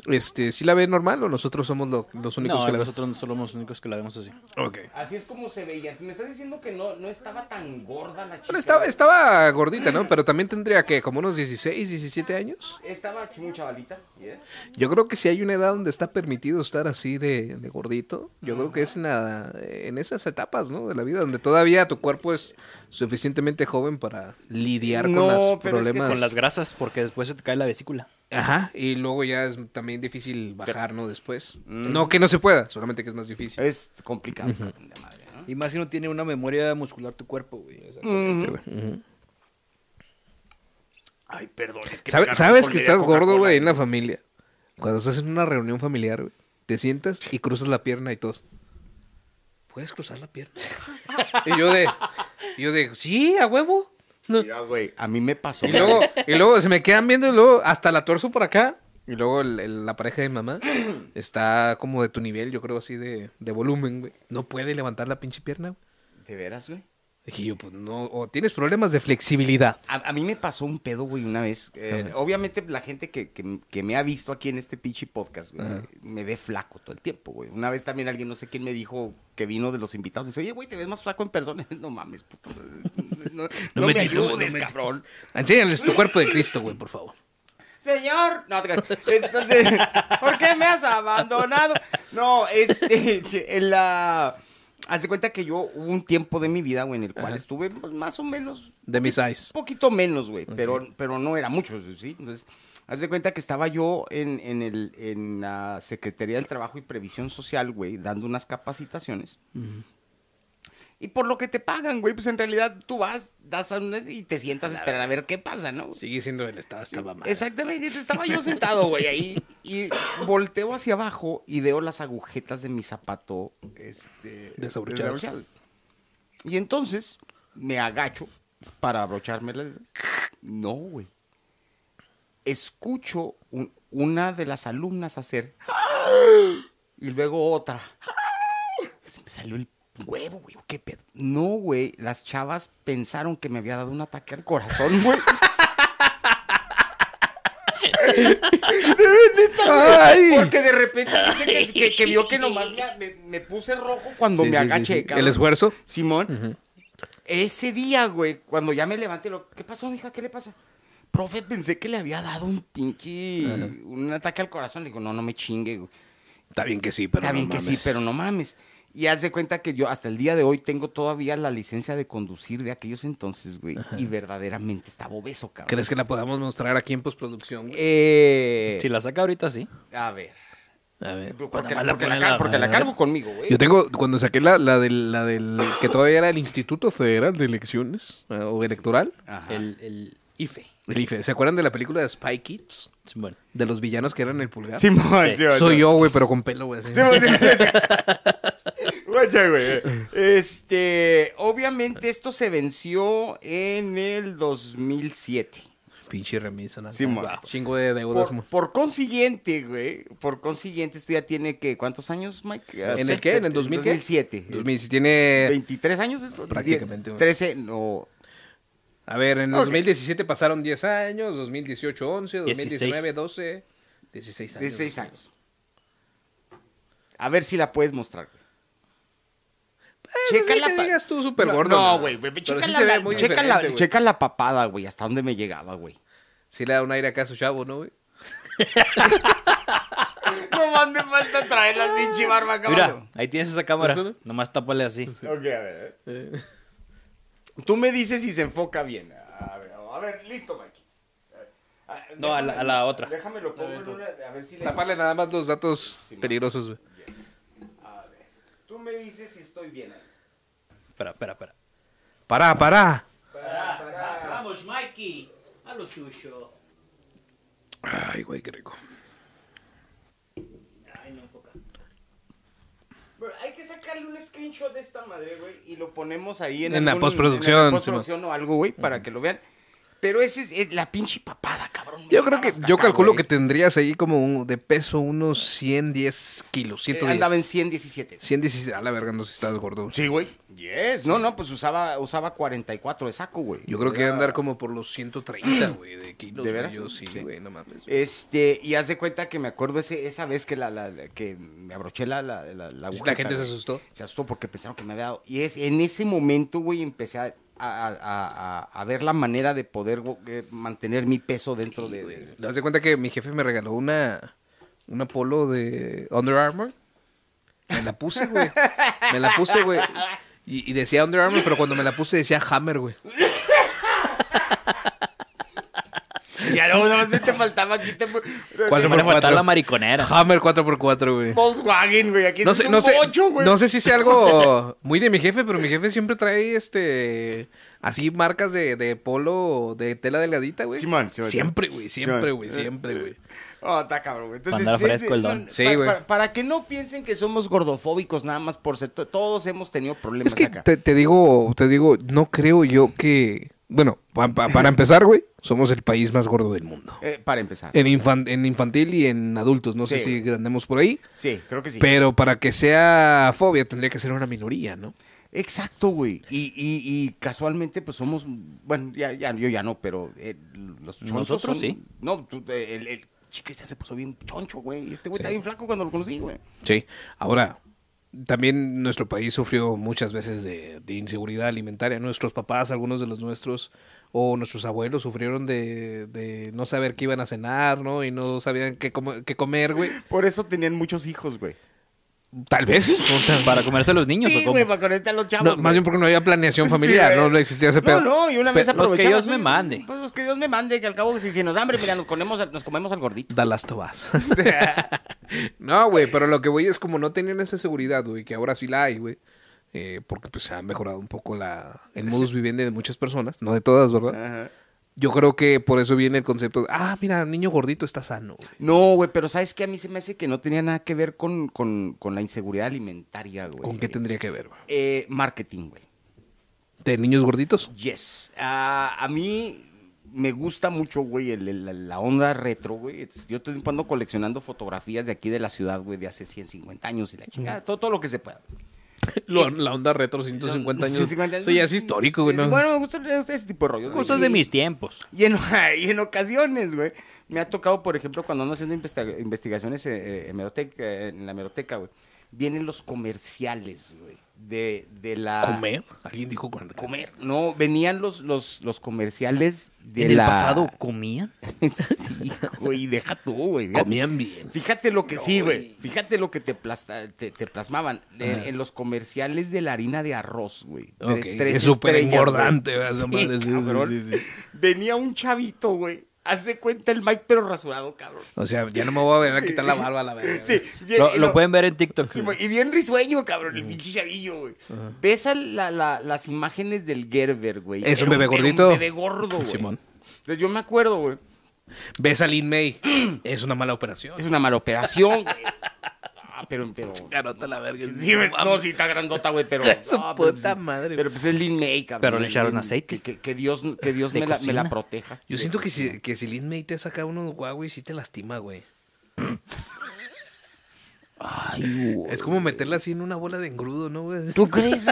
este, ¿sí la ve normal o nosotros somos lo- los únicos
No,
que la ven?
nosotros no somos los únicos que la vemos así.
Ok.
Así es como se veía. Me estás diciendo que no, no estaba tan gorda la chica.
Bueno, estaba, estaba gordita, ¿no? Pero también tendría que como unos 16, 17 años.
Estaba muy chavalita. ¿yeah?
Yo creo que si hay una edad donde está permitido estar así de, de gordito, yo creo que es en, la- en esas etapas, ¿no? De la vida, donde todavía tu cuerpo es suficientemente joven para lidiar
No,
con los
pero es que
problemas.
Con las grasas, porque después se te cae la vesícula.
Ajá, y luego ya es también difícil bajar, ¿no? Después. No que no se pueda, solamente que es más difícil.
Es complicado, cabrón, de madre, ¿no?
Y más si no tiene una memoria muscular tu cuerpo, güey.
Ay, perdón. es que
¿Sabe-
me agarró
¿Sabes
con
que
la idea
estás gordo,
Coca-Cola.
güey, en la familia? Cuando estás en una reunión familiar, güey, te sientas y cruzas la pierna y todos. ¿Puedes cruzar la pierna? y yo de, yo de, sí, a huevo. No.
Mira, güey, a mí me pasó.
Y luego, y luego se me quedan viendo y luego hasta la torso por acá. Y luego el- el- la pareja de mi mamá está como de tu nivel, yo creo así de, de volumen, güey. No puede levantar la pinche pierna. güey.
¿De veras, güey?
Dije yo, pues no, o tienes problemas de flexibilidad.
A, a mí me pasó un pedo, güey, una vez. Eh, obviamente, la gente que, que- que me ha visto aquí en este pinche podcast, güey, me ve flaco todo el tiempo, güey. Una vez también alguien, no sé quién, me dijo que vino de los invitados. Me dice, oye, güey, te ves más flaco en persona. No mames, puto. No, no
me
me,
di- no- no
ayudes,
me di-
cabrón.
Enséñales tu cuerpo de Cristo, güey, por favor.
Señor, no, te creas. Entonces, ¿por qué me has abandonado? No, este, che, en la... Haz de cuenta que yo hubo un tiempo de mi vida, güey, en el cual estuve pues, más o menos
De mis eyes.
Pues, poquito menos, güey, pero, pero no era mucho, ¿sí? Entonces, haz de cuenta que estaba yo en, en el, en la Secretaría del Trabajo y Previsión Social, güey, dando unas capacitaciones. Y por lo que te pagan, güey, pues en realidad tú vas, das a un, y te sientas a esperar a ver qué pasa, ¿no?
Sigue siendo el estado hasta la madre.
Exactamente, estaba yo sentado, güey, ahí y volteo hacia abajo y veo las agujetas de mi zapato este,
Desabrochadas.
desabrochado. Y entonces me agacho para abrocharme. la- No, güey. Escucho un- una de las alumnas hacer y luego otra. Se me salió el huevo, güey. ¿Qué pedo? No, güey. Las chavas pensaron que me había dado un ataque al corazón, güey.
¡Ay!
Porque de repente dice que, que- que vio que nomás me, me- me puse rojo cuando
Sí,
me
sí, sí,
agaché.
sí.
cabrón.
El esfuerzo.
Simón. Ese día, güey, cuando ya me levanté, lo, ¿qué pasó, mija? ¿Qué le pasa? Profe, pensé que le había dado un pinche, un ataque al corazón. Le digo, no, no me chingue, güey.
Está bien que sí, pero
Está
no
bien que sí,
mames.
pero no mames. Y haz de cuenta que yo hasta el día de hoy tengo todavía la licencia de conducir de aquellos entonces, güey. Y verdaderamente estaba obeso, cabrón.
¿Crees que la podamos mostrar aquí en postproducción? güey?
Eh,
Si la saca ahorita, sí.
A ver.
A ver.
Porque,
nomás la
porque la,
ponen
car-
la-
porque la cargo conmigo, güey.
Yo tengo, cuando saqué la, la, del, la del, que todavía era el Instituto Federal de Elecciones eh, o Electoral,
Ajá.
El, el IFE.
el IFE, ¿se acuerdan de la película de Spy Kids?
Bueno.
De los villanos que eran el pulgar.
Simón,
Sí.
yo-
Soy yo, güey, pero con pelo, güey. así.
Sí, pues, güey, sí, sí, sí. Guacha, güey. Este, obviamente esto se venció en el 2007.
Pinche remisa, nada.
Sí, mo.
Chingo de deudas, mo.
Por, por consiguiente, güey, por consiguiente esto ya tiene que ¿cuántos años, Mike?
¿En el qué? ¿En el 2000 qué?
2007.
2000, si tiene...
23 años esto?
Prácticamente, güey.
13, no.
A ver, en el
Ok.
2017 pasaron 10 años, 2018 11, 2019
16.
12, 16 años.
16 años. A ver si la puedes mostrar. güey.
Checa
Checa
Eh, sí
la
te
pa-
Pues, digas tú súper
No,
gordo.
No,
¿no?
güey, güey,
Pero
checa,
sí
la-
se ve
la-
muy
checa la-
diferente, güey.
checa la papada, güey, hasta dónde me llegaba, güey.
Sí le da un aire acá a su chavo, ¿no, güey?
No mande falta traer la pinche barba,
Mira,
cabrón.
ahí tienes esa cámara.
¿Eso no?
Nomás tápale así.
Ok, a ver. Eh. Tú me dices si se enfoca bien. A ver, a ver listo, Mikey. Ah,
No, a la-
déjame-
a la otra.
Déjame lo pongo en una. A ver si le.
Taparle nada más los datos peligrosos, güey.
A ver. Tú me dices si estoy bien ahí.
Espera, espera, espera.
Pará, pará.
Vamos, Mikey. A lo tuyo.
Ay, güey, qué rico.
Bro, hay que sacarle un screenshot de esta madre, güey, y lo ponemos ahí en,
En la
algún-
postproducción,
en la postproducción o algo, güey, para que lo vean. Pero esa es, es la pinche papada, cabrón.
Yo creo que,
Hasta
yo
acá,
calculo
güey.
que tendrías ahí como un- de peso unos 110 kilos,
Eh, andaba en
110.
117.
116, a la verga, no sé si estás gordo.
Sí, güey. Yes. No, no, pues usaba, usaba 44 de saco, güey.
Yo creo que
Era-
andar como por los 130, güey, de kilos.
Ah. ¿De
güey.
veras?
Yo sí,
Sí.
güey, no mames.
Este, y haz de cuenta que me acuerdo ese, esa vez que la, la- la- que me abroché la, la, la, la
La
agujeta,
gente se
güey.
asustó.
Se asustó porque pensaron que me había dado. Y es en ese momento, güey, empecé a, a- a- a- a ver la manera de poder güey, eh, mantener mi peso dentro de, de-
Te das de cuenta que mi jefe me regaló una, una polo de Under Armour. Me la puse, güey. Me la puse, güey. Y, y decía Under Armour, pero cuando me la puse decía Hammer, güey.
Ya no, nada más me te faltaba aquí. Te...
¿Cuál
Me
por
le faltaba
cuatro?
la mariconera.
Hammer 4x4, güey.
Volkswagen, güey. Aquí
No
es
sé,
un
no, sé,
bocho, güey.
no sé si sea algo muy de mi jefe, pero mi jefe siempre trae este así marcas de, de polo de tela delgadita, güey.
Simón, Simón.
siempre, güey, siempre,
Simón. Eh,
güey, siempre, güey.
Oh, está cabrón, güey. Entonces,
Mandar fresco el don.
no,
Sí,
para,
güey.
Para, para que no piensen que somos gordofóbicos nada más por ser... to- Todos hemos tenido problemas
Es que
acá.
te, te digo, te digo, no creo yo que. Bueno, pa- pa- para empezar, güey, somos el país más gordo del mundo.
Eh, para empezar.
En, infan- en infantil y en adultos, no sé
Sí,
si
güey.
andemos por ahí.
Sí, creo que sí.
Pero para que sea fobia tendría que ser una minoría, ¿no?
Exacto, güey. Y, y, y casualmente, pues somos. Bueno, ya, ya, yo ya no, pero eh, los chonchos.
Nosotros
son-
sí.
No, tú, eh, el, el chico ese se puso bien choncho, güey. Este güey está bien flaco cuando lo conocí, güey.
Sí. Ahora, también nuestro país sufrió muchas veces de, de inseguridad alimentaria. Nuestros papás, algunos de los nuestros, o nuestros abuelos sufrieron de, de no saber qué iban a cenar, ¿no? Y no sabían qué, com- qué comer, güey.
Por eso tenían muchos hijos, güey.
Tal vez. O sea,
Para comerse a los niños
Sí,
o
güey,
cómo.
para conectar a los chavos.
no, más bien porque no había planeación familiar, no existía ese pedo.
eh, No, no, y una
Pe-
vez aprovechamos.
Dios me
oye,
mande.
Pues los que Dios me mande, que al cabo, si, si nos da hambre, mira, nos comemos, al- nos comemos al gordito.
The Last of Us. no, güey, pero lo que voy es como no tenían esa seguridad, güey, que ahora sí la hay, güey. eh, porque pues se ha mejorado un poco la, el modus vivendi de muchas personas, no de todas, ¿verdad?
Ajá.
Yo creo que por eso viene el concepto de, ah, mira, niño gordito está sano. güey".
No, güey, pero ¿sabes qué? A mí se me hace que no tenía nada que ver con, con, con la inseguridad alimentaria, güey.
¿Con qué tendría que ver, güey?
Eh, marketing, güey.
¿De niños gorditos?
Yes. Ah, a mí me gusta mucho, güey, el- el- la- la onda retro, güey. Entonces, Yo estoy ando coleccionando fotografías de aquí de la ciudad, güey, de hace 150 años y la chingada, todo, todo lo que se pueda.
Lo- la onda retro, 150 años.
150 años.
Eso ya es histórico, güey.
Es-
¿no?
Bueno, me gusta ese tipo de rollos. güey.
Cosas de
Y-
mis tiempos.
Y en, y en ocasiones, güey, me ha tocado, por ejemplo, cuando ando haciendo investi- investigaciones eh, eh, hemeroteca- eh, en la hemeroteca, güey, vienen los comerciales, güey, de, de la...
¿Comer? Ah, Alguien dijo cuando...
Comer. No, venían los, los, los comerciales de
¿En el
la...
pasado comían?
sí, güey, deja tú, güey.
Comían bien.
Fíjate lo que sí, güey. Fíjate lo que te, plasta- te, te plasmaban eh, en, en los comerciales de la harina de arroz, güey. Tre-
Ok,
tres
es súper
estrellas,
engordante,
güey.
¿verdad? Esa
Sí,
madre, sí, sí,
cabrón.
sí, sí.
Venía un chavito, güey. Haz de cuenta el Mike, pero rasurado, cabrón.
O sea, ya no me voy a, quitar la barba a la verga.
Sí, bien-
Lo,
y
lo
no-
pueden ver en TikTok.
sí, güey, y bien risueño, cabrón, el pinche chavillo, güey. Ves a la- la- las imágenes del Gerber, güey.
Es un
Era
bebé
era
gordito.
Un bebé gordo, güey.
Simón.
Entonces yo me acuerdo, güey.
Ves a Lin May. Es una mala
Es
operación.
una mala operación, güey. Ah, pero, pero.
Garota la verga.
Sí, güey, no, sí está grandota, güey, pero.
Su
no, pero
puta
pues-
madre.
Pero pues es Lin May, cabrón.
Pero le echaron
Lin-
aceite.
Que, que- que Dios, que Dios
De
me, la, me la
cocina.
proteja.
Yo siento que si, que si Lin May te saca unos Huawei, sí te lastima, güey.
Ay, güey.
Es como meterla así en una bola de engrudo, ¿no, güey?
¿Tú crees?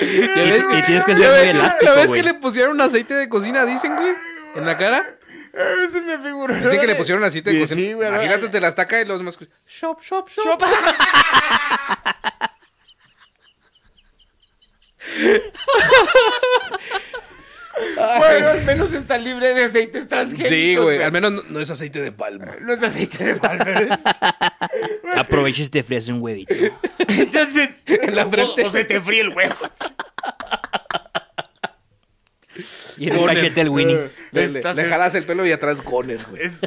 Y, y tienes que
¿Ya
ser
ves-
muy elástico,
¿Ya ves
güey.
que le pusieron aceite de cocina, dicen, güey? ¿En la cara?
A veces me figuró.
Dicen que le pusieron aceite de
Sí,
cocina.
sí, güey,
Imagínate,
güey.
te la estaca y los demás... Shop, shop, shop.
Bueno, al menos está libre de aceites transgénicos.
Sí, güey. Al menos no, no es aceite de palma.
No es aceite de palma.
Aproveches y te frías un huevito.
Entonces,
En la
o-
frente.
O, se te fríe el huevo.
Y en un cachete el Winnie.
Le, le-
Estás
le
en-
jalas el pelo y atrás Goner, güey.
Es-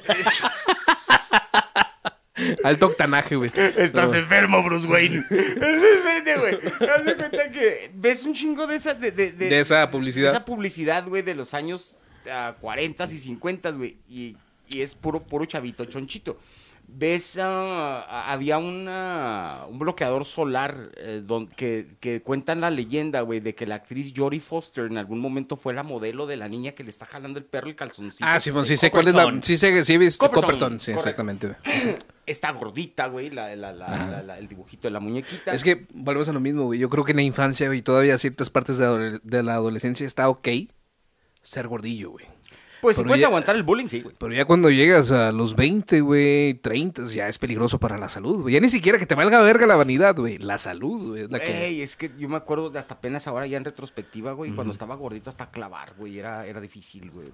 Alto octanaje, güey.
Estás enfermo, Bruce Wayne.
Espérate, güey. Haz de cuenta que ves un chingo de esa, de, de- de-
De esa
de
publicidad.
esa publicidad, güey, de los años a 40 y 50, güey. Y, y es puro, puro chavito chonchito. Ves, ah, a- había una, un bloqueador solar eh, don- que, que cuentan la leyenda, güey, de que la actriz Jodie Foster en algún momento fue la modelo de la niña que le está jalando el perro el calzoncito.
Ah, sí, bueno, sí sé cuál es la.
Coppertone.
Sí sé, sí he visto.
Coppertone,
Coppertone, sí,
correcto.
exactamente. güey.
Está gordita, güey, la- la- la- la- la- el dibujito de la muñequita.
Es que volvemos a lo mismo, güey. Yo creo que en la infancia güey, y todavía ciertas partes de, adole- de la adolescencia está ok ser gordillo, güey.
pues si
pero
puedes
ya-
aguantar el bullying, sí, güey.
Pero ya cuando llegas a los 20, güey, 30, ya es peligroso para la salud, güey. Ya ni siquiera que te valga verga la vanidad, güey. La salud, güey, es la que...
Ey, es que yo me acuerdo de hasta apenas ahora ya en retrospectiva, güey, cuando estaba gordito hasta clavar, güey, era, era difícil, güey.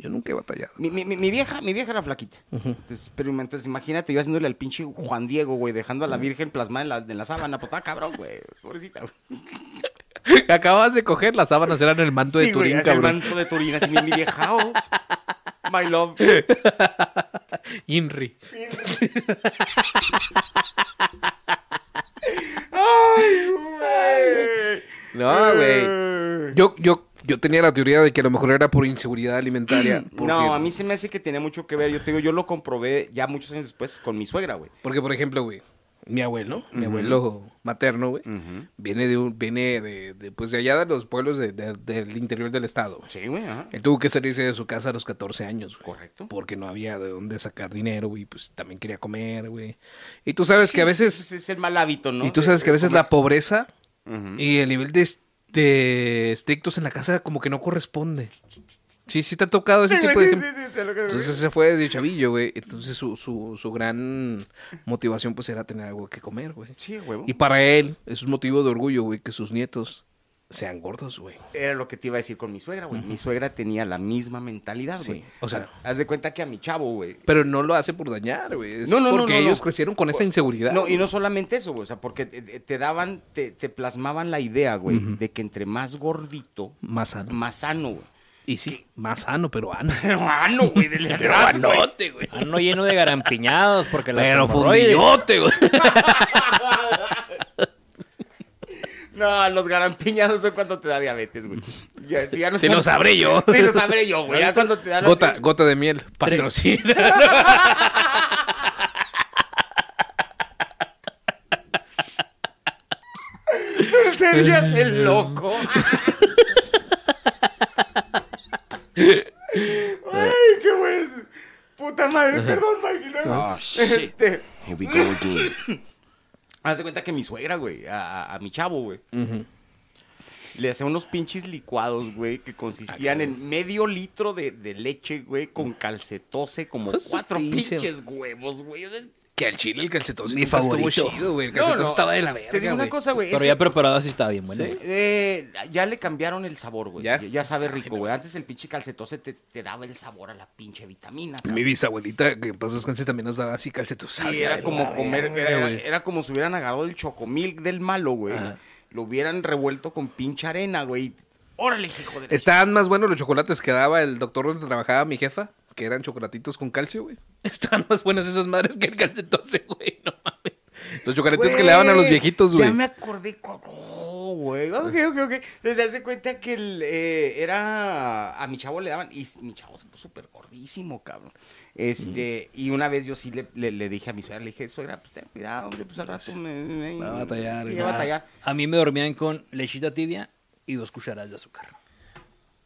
Yo nunca he batallado.
Mi, mi- mi- mi vieja, mi vieja era flaquita. Entonces, pero entonces imagínate yo haciéndole al pinche Juan Diego, güey, dejando a la Virgen plasmada en la, en la sábana, pues está cabrón, güey. Pobrecita, güey.
Acabas de coger las sábanas, eran el manto de
Sí, güey,
Turín,
así el
cabrón.
manto de Turín, así mi, mi vieja, oh, my love.
Inri. No, güey. Yo, yo, yo tenía la teoría de que a lo mejor era por inseguridad alimentaria. porque-
No, a mí se me hace que tenía mucho que ver. Yo te digo, yo lo comprobé ya muchos años después con mi suegra, güey.
Porque, por ejemplo, güey, mi abuelo, mi abuelo materno, güey, viene de un, viene de, de, pues de allá de los pueblos de- de- del interior del estado. güey.
Sí, güey, ajá.
Él tuvo que salirse de su casa a los 14 años, güey.
Correcto.
Porque no había de dónde sacar dinero, güey, pues también quería comer, güey. Y tú sabes que a veces,
Ese pues, es el mal hábito, ¿no?
y tú sabes que a veces la pobreza
Ujú.
y el nivel de, est- de estrictos en la casa como que no corresponde. Sí, sí te ha tocado ese tipo de
Este Sí,
ejemplo.
sí, sí, sé lo que-
Entonces se fue desde chavillo, güey. Entonces su, su, su gran motivación pues era tener algo que comer, güey.
Sí, huevo.
Y para él es un motivo de orgullo, güey, que sus nietos sean gordos, güey.
Era lo que te iba a decir con mi suegra, güey. Mi suegra tenía la misma mentalidad,
Sí,
güey.
o sea-
haz, haz de cuenta que a mi chavo, güey.
Pero no lo hace por dañar, güey. Es
No, no, no,
porque
no, no.
ellos crecieron con esa inseguridad.
No, y no solamente eso, güey. O sea, porque te, te daban, te, te plasmaban la idea, güey, de que entre más gordito,
Más sano.
más sano, güey.
Y sí, más sano, pero ano.
Pero ano, güey, del atrás, güey.
Ah, no lleno de garampiñados porque las
Pero
hemorroides-
fundillote, güey.
No, los garampiñados son cuando te da diabetes, güey. Ya, si ya no
Si
están-
lo sabré yo.
Sí, lo sabré yo, güey. Ya cuando te da la-
Gota, gota de miel. Patrocina.
Serías
Eh.
el loco. Ay, qué bueno. es. Puta madre, perdón, Mike. y luego,
Ah,
este,
Here we go again.
haz de cuenta que mi suegra, güey, a, a- a mi chavo, güey, le hacía unos pinches licuados, güey, que
Ah,
consistían en medio litro de, de leche, güey, con calcetose, como
Pues su
cuatro
pinche-
pinches huevos, güey. O sea,
Que al chile el calcetón
Mi favorito.
estuvo chido, güey. El
No,
calcetón
no,
estaba de la verga,
Te digo una
güey.
cosa, güey. es
Pero
que-
ya preparado así está bien, bueno.
Sí.
Eh, ya le cambiaron el sabor, güey.
¿Ya?
Ya, ya sabe rico, güey. Antes el pinche calcetose te, te daba el sabor a la pinche vitamina. cabrón.
Mi bisabuelita, que en paz descanse, también nos daba así calcetón.
Sí, era como comer, era, era- era como si hubieran agarrado el chocomilk del malo, güey. Lo hubieran revuelto con pinche arena, güey. Órale, hijo de la
Estaban más buenos los chocolates que daba el doctor donde trabajaba mi jefa, que eran chocolatitos con calcio, güey. Estaban más buenas esas madres que el calcetose, güey. No mames. Los chocolates que le daban a los
Güey,
viejitos, güey.
Ya me acordé con... No, güey. Ok, ok, ok. Entonces se hace cuenta que el, eh, era... A mi chavo le daban... Y s- mi chavo se puso súper gordísimo, cabrón. Este... Y una vez yo sí le, le- le dije a mi suegra, le dije, suegra, pues ten cuidado, hombre, pues al rato me... me-
Va a batallar,
me
güey.
va a batallar.
A mí me dormían con lechita tibia y dos cucharadas de azúcar.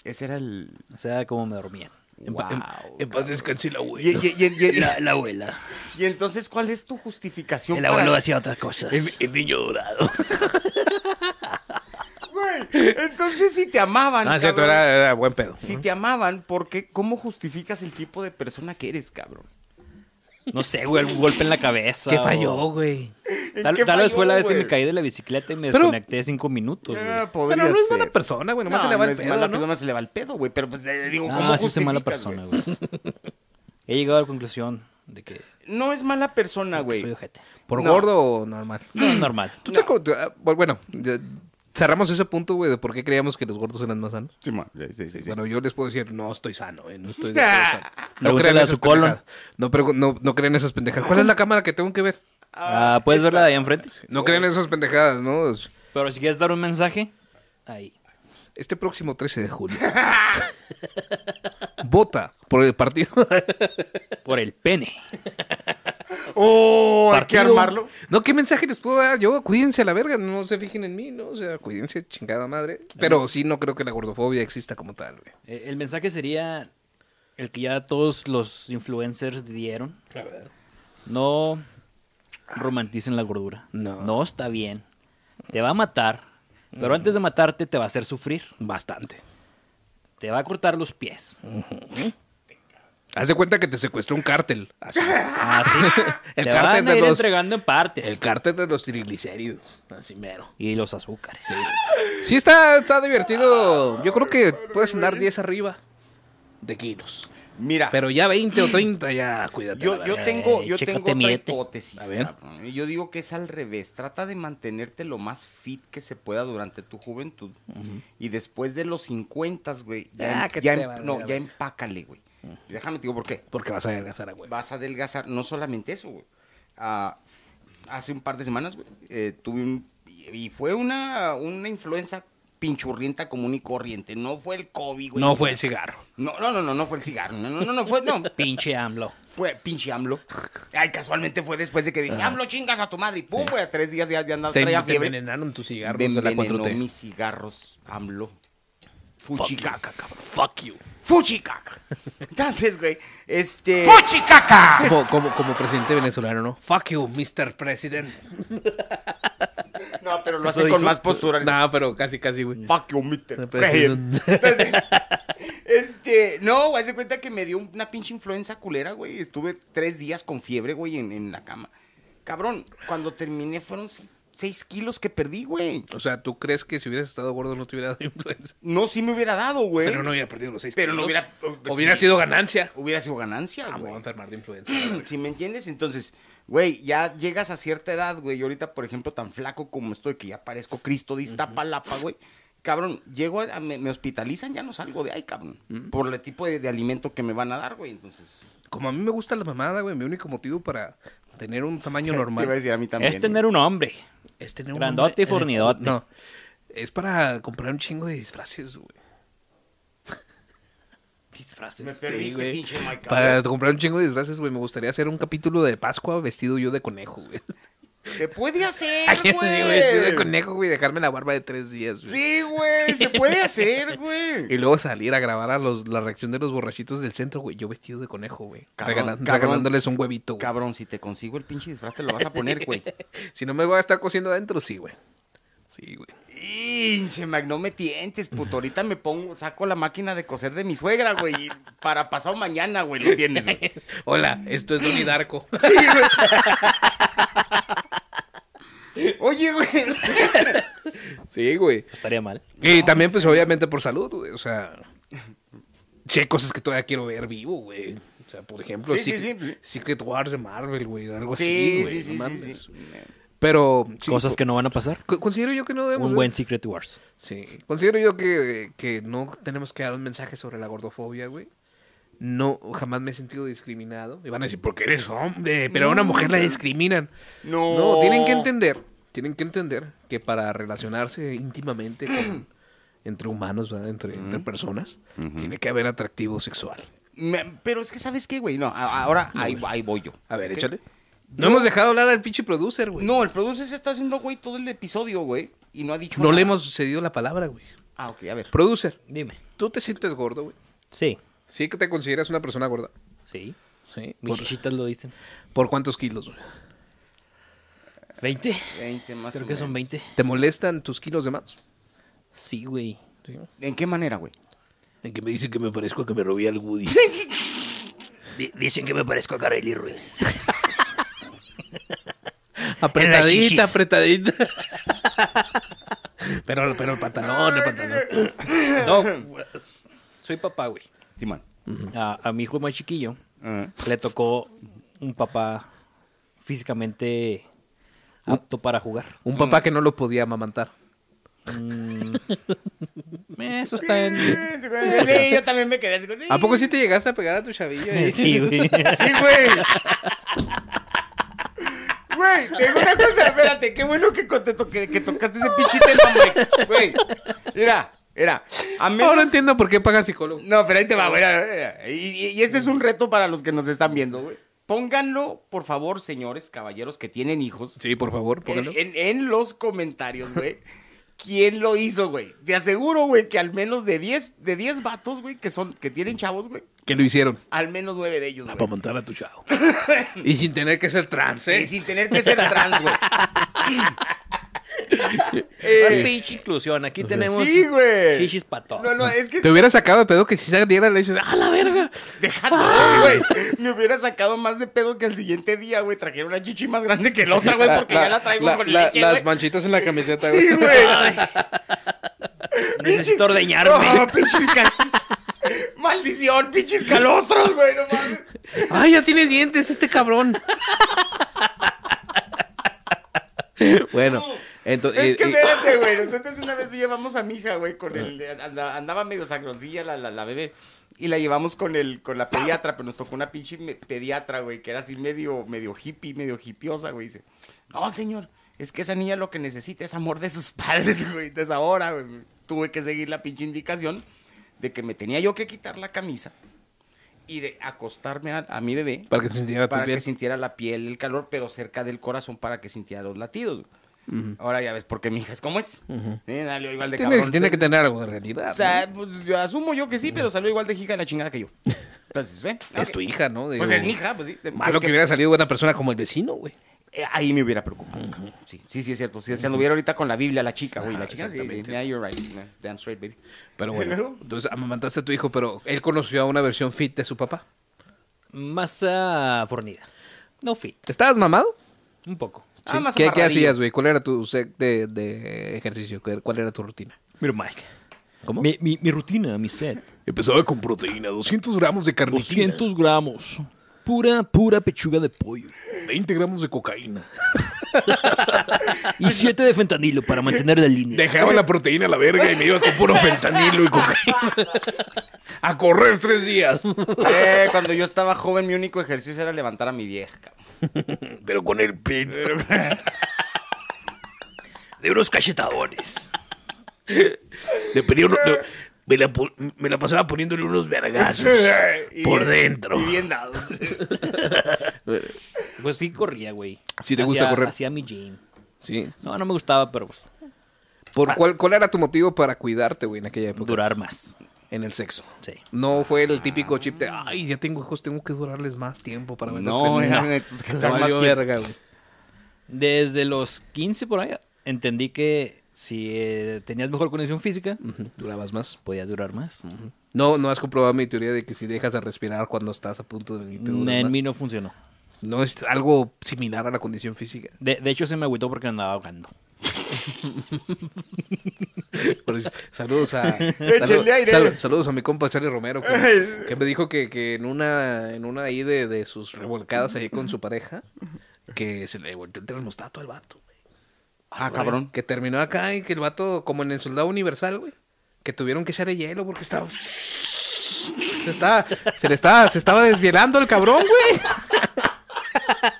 Ese era el...
O sea, como me dormían.
En, pa- en-
Wow,
en paz descanse la
Y,
güey.
y- y- y- y-
La, la abuela.
y entonces, ¿cuál es tu justificación
El
para-
abuelo hacía otras cosas.
niño dorado.
Güey, entonces si te amaban,
No, es cierto,
cabrón.
Ah, era, era buen pedo.
Si te amaban, ¿por qué? ¿Cómo justificas el tipo de persona que eres, cabrón?
No sé, güey, algún golpe en la cabeza.
¿Qué
o-
falló, güey?
¿En
Tal,
qué
tal vez
falló,
fue la vez que
güey?
me caí de la bicicleta y me
Pero-
desconecté cinco minutos, güey.
Ah, podría
Pero no es
ser.
mala persona, güey.
No,
Nomás se le
no
va el
es mala
pedo, ¿no?
persona, se le va el pedo, güey. Pero pues eh, digo, ¿cómo
No, sí soy mala
justificas, güey?
persona, güey. He llegado a la conclusión de que
No es mala persona,
soy
Ah, güey.
ojete.
¿Por
No.
gordo o normal?
No es normal.
¿Tú te co- tú- ah, Bueno, ya- cerramos ese punto, güey, de por qué creíamos que los gordos eran más sanos.
Sí, ma- sí, sí, sí.
Bueno, yo les puedo decir, no estoy sano, eh, no estoy de todo sano. No
Pregúntale
crean
a
esas
su colon.
pendejadas. No, pregu- no, no crean esas pendejadas. ¿Cuál es la cámara que tengo que ver?
Ah, ¿Puedes
Oh.
verla de ahí enfrente?
No crean esas pendejadas, ¿no? Es-
Pero si quieres dar un mensaje, ahí.
este próximo 13 de julio. Vota por el partido.
Por el pene.
¡Oh! Hay que
Partido.
armarlo.
No, ¿qué mensaje les puedo dar? Yo, cuídense a la verga, no se fijen en mí, ¿no? O sea, cuídense, chingada madre. Pero sí, no creo que la gordofobia exista como tal, güey.
Eh, El mensaje sería el que ya todos los influencers dieron. No romanticen la gordura.
No.
No está bien. Te va a matar, pero antes de matarte te va a hacer sufrir.
Bastante.
Te va a cortar los pies.
Haz de cuenta que te secuestró un cártel. Así.
Así.
El
Ah, te van
cártel
a
de
ir
los-
entregando en partes.
El cártel de los triglicéridos. Así mero.
Y los azúcares.
Sí, está, está divertido. Yo creo que puedes andar 10 arriba de kilos.
Mira,
Pero ya 20 o 30, ya
Ah.
cuídate.
yo,
la
yo
verga.
tengo, yo
chécate,
tengo otra
mírate.
hipótesis.
Eh, A ver.
cabrón. Yo digo que es al revés. Trata de mantenerte lo más fit que se pueda durante tu juventud. Y después de los 50, güey, ya,
Ah,
em-
que
ya
te
em-
valga,
no,
güey.
ya empácale, güey. Y Déjame te digo por qué.
Porque vas a adelgazar a güey.
Vas a adelgazar. No solamente eso, güey. Ah, hace un par de semanas, güey, eh, tuve un... Y y fue una, una influenza pinchurrienta común y corriente. No fue el COVID, güey.
No fue el cigarro.
No, no, no, no, no fue el cigarro. No, no, no, no fue... No,
Pinche AMLO.
fue pinche AMLO. Ay, casualmente fue después de que dije, AMLO, chingas a tu madre. Y pum, güey, a tres días ya, ya andaba,
Te,
traía
te
fiebre.
envenenaron tus
Me
cigarros de la
envenenó
4T.
mis cigarros, AMLO. Fuchicaca, cabrón.
Fuck you.
Fuchicaca. Entonces, güey, este...
Como, como, como presidente venezolano, ¿no? Fuck you, Mr. President.
No, pero lo hace
Eso
con
dijo. pues,
más postura.
No, pero casi, casi, güey.
Fuck you, Mr.
President.
Entonces, este, no, güey, se cuenta que me dio una pinche influenza culera, güey. Estuve tres días con fiebre, güey, en, en la cama. Cabrón, cuando terminé fueron se- seis kilos que perdí, güey.
O sea, ¿tú crees que si hubieras estado gordo no te hubiera dado influenza?
No, sí me hubiera dado, güey.
Pero no hubiera perdido los seis
Pero no
kilos.
hubiera- pues,
Hubiera
sí.
sido ganancia.
Hubiera sido ganancia,
Ah, me voy
güey.
a enfermar de influenza.
Si me entiendes, entonces, güey, ya llegas a cierta edad, güey. Yo ahorita, por ejemplo, tan flaco como estoy, que ya parezco Cristo de Iztapalapa, güey. Cabrón, llego a, a- me, me hospitalizan, ya no salgo de ahí, cabrón. Por el tipo de, de alimento que me van a dar, güey. Entonces,
Como a mí me gusta la mamada, güey, mi único motivo para tener un
Te
tamaño
iba a
normal
decir a mí también.
es tener un hombre.
es tener un
Grandote y
hombre en el cu-
fornidote.
No, es para comprar un chingo de disfraces, güey.
Disfraces.
Me perdiste,
Sí, güey.
pinche Mike.
Para comprar un chingo de disfraces, güey, me gustaría hacer un capítulo de Pascua vestido yo de conejo, güey.
Se puede hacer,
Ay, sí, güey, vestido de
güey.
conejo, güey, dejarme la barba de tres días, güey.
Sí, güey, se puede hacer, güey.
Y luego salir a grabar a los, la reacción de los borrachitos del centro, güey. Yo vestido de conejo, güey.
Cabrón,
Regalan-
cabrón.
regalándoles un huevito, güey.
Cabrón, si te consigo el pinche disfraz, te lo vas a poner, güey.
Si no me voy a estar cociendo adentro, sí, güey. Sí, güey.
Pinche Mac, no me tientes, puto. Ahorita me pongo, saco la máquina de coser de mi suegra, güey. y Para pasado mañana, güey, lo tienes, güey.
Hola, esto es Donnie Darko.
Sí, güey. Oye, güey.
Sí, güey.
Estaría mal.
Y también, pues, obviamente por salud, güey. O sea, sí hay cosas que todavía quiero ver vivo, güey. O sea, por ejemplo,
Sí, sí,
Secret,
sí.
Secret Wars de Marvel, güey. Algo
Sí,
así,
sí,
Pues güey.
sí,
no
sí,
mames.
sí.
Pero... sí, pues,
Cosas
co-
que no van a pasar.
co- Considero yo que no debemos...
Un
de-
buen Secret Wars.
Sí. Considero yo que, que no tenemos que dar un mensaje sobre la gordofobia, güey. No, jamás me he sentido discriminado. Y van a decir, porque eres hombre, pero a una mujer la discriminan.
No.
No, tienen que entender, tienen que entender que para relacionarse íntimamente con- entre humanos, ¿verdad? Entre, entre personas, tiene que haber atractivo sexual.
Me- pero es que, ¿sabes qué, güey? No, a- ahora ahí, ahí voy yo.
A ver,
¿ok?
échale. No hemos dejado hablar al pinche producer, güey. No,
No, el producer se está haciendo, güey, todo el episodio, güey. Y no ha dicho
le
nada.
hemos cedido la palabra, güey.
Ah, ok, a ver.
Producer,
Dime.
¿tú te sientes gordo, güey?
Sí.
Sí que te consideras una persona gorda.
Sí.
Sí.
Mis
¿Por,
chichitas lo dicen.
por cuántos kilos, güey?
¿20?
20 más
Creo
o
que son
menos.
20.
¿Te molestan tus kilos de más?
Sí, güey.
¿En qué manera, güey?
En que me dicen que me parezco que me robé al Woody.
Dicen que me parezco a Carely Ruiz. En
Apretadita,
las chichis.
apretadita. pero, pero el pantalón, el pantalón.
No, güey. soy papá, güey.
Simón. Ah.
A, a mi hijo más chiquillo le tocó un papá físicamente apto para jugar.
Un papá que no lo podía amamantar.
Mm. Eso está en...
Sí, yo también me quedé así. con-
¿A poco sí te llegaste a pegar a tu chavillo? ahí?
Sí, güey.
Sí, güey. Güey, te digo una cosa, espérate, qué bueno que, con- te toque- que tocaste ese pinche tema, güey. Güey, mira, Era, a menos...
Ahora entiendo por qué paga psicólogo.
No, pero ahí te va, güey. Y, y- y este es un reto para los que nos están viendo, güey. Pónganlo, por favor, señores, caballeros que tienen hijos.
Sí, por favor,
en,
póngalo.
en- en los comentarios, güey. ¿Quién lo hizo, güey? Te aseguro, güey, que al menos de 10 de 10 vatos, güey, que son que tienen chavos, güey,
Que lo hicieron.
al menos 9 de ellos,
Para
güey.
montar a tu chavo.
Y sin tener que ser trans,
Y
¿eh?
sin tener que ser trans, güey.
Más
Eh,
pinche inclusión. Aquí tenemos
sí, güey.
chichis para todos.
no, no, es que
Te hubiera sacado de pedo que si saliera le dices, ¡ah, la verga!
Dejando,
Ah.
güey. Me hubiera sacado más de pedo que al siguiente día, güey. Trajera una chichi más grande que la otra, güey, porque ya la traigo
la-
con
la-
leche,
Las
güey.
manchitas en la camiseta, güey.
Sí, güey.
Necesito ordeñarme.
No, pinches cal- Maldición, pinches calostros, güey, no mames.
¡Ay, ya tiene dientes este cabrón! bueno, entonces...
Es que espérate, güey. Nosotros una vez llevamos a mi hija, güey, con el. anda- andaba medio sangroncilla la, la, la bebé. Y la llevamos con el, con la pediatra, pero nos tocó una pinche me- pediatra, güey, que era así medio, medio hippie, medio hippiosa, güey. Dice, no, señor, es que esa niña lo que necesita es amor de sus padres, güey. Entonces ahora, güey, tuve que seguir la pinche indicación de que me tenía yo que quitar la camisa y de acostarme a, a mi bebé
Para que se sintiera
para
tan bien.
que sintiera la piel, el calor, pero cerca del corazón para que sintiera los latidos. güey. Ahora ya ves por qué mi hija es como es. Eh, salió igual de
Tiene,
cabrón.
tiene que tener algo de realidad.
O sea, pues, yo asumo yo que sí, pero salió igual de hija de la chingada que yo. Entonces, ¿ve?
¿no? Es tu hija, ¿no?
Pues
Digo,
es mi hija, pues sí.
Malo que
Que-
hubiera salido buena persona como el vecino, güey.
eh, ahí me hubiera preocupado. cabrón. Sí, sí, sí, es cierto. Si se anduviera ahorita con la Biblia, la chica, güey, la
Ajá,
chica. Sí, sí.
exactamente.
Yeah, you're right. Yeah, Damn straight, baby.
Pero
Luego.
bueno, entonces amamantaste a tu hijo, pero él conoció a una versión fit de su papá.
Masa fornida. No fit.
¿Te ¿Estabas mamado?
Un poco.
Ah, más
¿Qué, ¿Qué
amarradillo.
hacías, güey? ¿Cuál era tu set de, de ejercicio? ¿Cuál cuál era tu rutina?
Mira, Mike.
¿Cómo?
Mi, mi- mi rutina, mi set.
Empezaba con proteína, 200 gramos de carnitina,
200 gramos. Pura, pura pechuga de pollo.
20 gramos de cocaína.
Y 7 de fentanilo para mantener la línea.
Dejaba la proteína a la verga y me iba con puro fentanilo y cocaína. A correr tres días.
Eh, cuando yo estaba joven, mi único ejercicio era levantar a mi vieja, cabrón.
Pero con el pit. De unos cachetadones. Le pedía uno- le- me, la, pu- me la pasaba poniéndole unos
Ah,
vergazos
Y
por
bien-
dentro.
Y bien dado.
Pues sí corría, güey.
Sí te gusta
Hacía-
correr.
Hacía mi gym.
Sí.
No, no me gustaba, pero pues,
Ah.
¿Por cuál, ¿Cuál era tu motivo para cuidarte, güey, en aquella época?
durar más.
En el sexo.
Sí.
No fue el típico chip de, ay, ya tengo hijos, tengo que durarles más tiempo para verlos
No,
crecer".
era-
No.
era más tiempo.
Valió verga, güey.
Desde los 15 por ahí entendí que si eh, tenías mejor condición física,
Durabas más.
podías durar más.
No, no has comprobado mi teoría de que si dejas de respirar cuando estás a punto de venir, te duras
en
más.
mí no funcionó.
No es algo similar a la condición física.
De, de hecho, se me agüitó porque andaba ahogando.
Por eso, saludos a
Échenle aire.
saludos a mi compa Charlie Romero que, que me dijo que, que en una en una ahí de, de sus revolcadas ahí con su pareja que se le volteó el termostato al vato. güey.
Ah, cabrón.
Que terminó acá y que el vato como en el Soldado Universal, güey, que tuvieron que echarle hielo porque estaba se estaba se le estaba se estaba desvielando el cabrón, güey.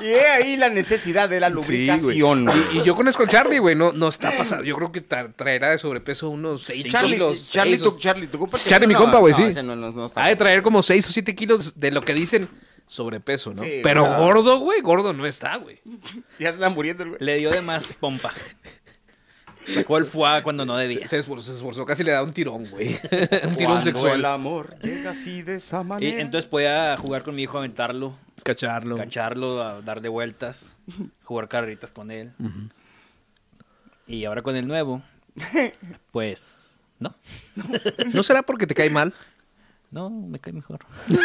Y he ahí la necesidad de la
Sí,
lubricación.
güey.
güey.
y, y yo conozco al Charlie, güey, no, no está pasado. Yo creo que tra- traerá de sobrepeso unos 6
Charlie,
kilos.
Charlie,
seis
tu,
o-
Charlie, tu compa.
Charlie,
que-
mi
no,
compa, güey,
no,
sí. Ah,
ese no- no- no está.
Ha de traer como 6 o 7 kilos de lo que dicen sobrepeso, ¿no?
Sí,
Pero
güey.
gordo, güey, gordo no está, güey.
Ya se están muriendo, el güey.
Le dio de más pompa. Sacó el fuá cuando no debía.
Se esforzó, se esforzó, casi le da un tirón, güey. un tirón
Cuando
sexual.
El amor llega así de esa
Y
manera.
entonces podía jugar con mi hijo, aventarlo,
Cacharlo.
cacharlo, a darle vueltas, jugar carreritas con él. Y ahora con el nuevo, pues no,
¿No será porque te cae mal?
no, me cae mejor.
Lo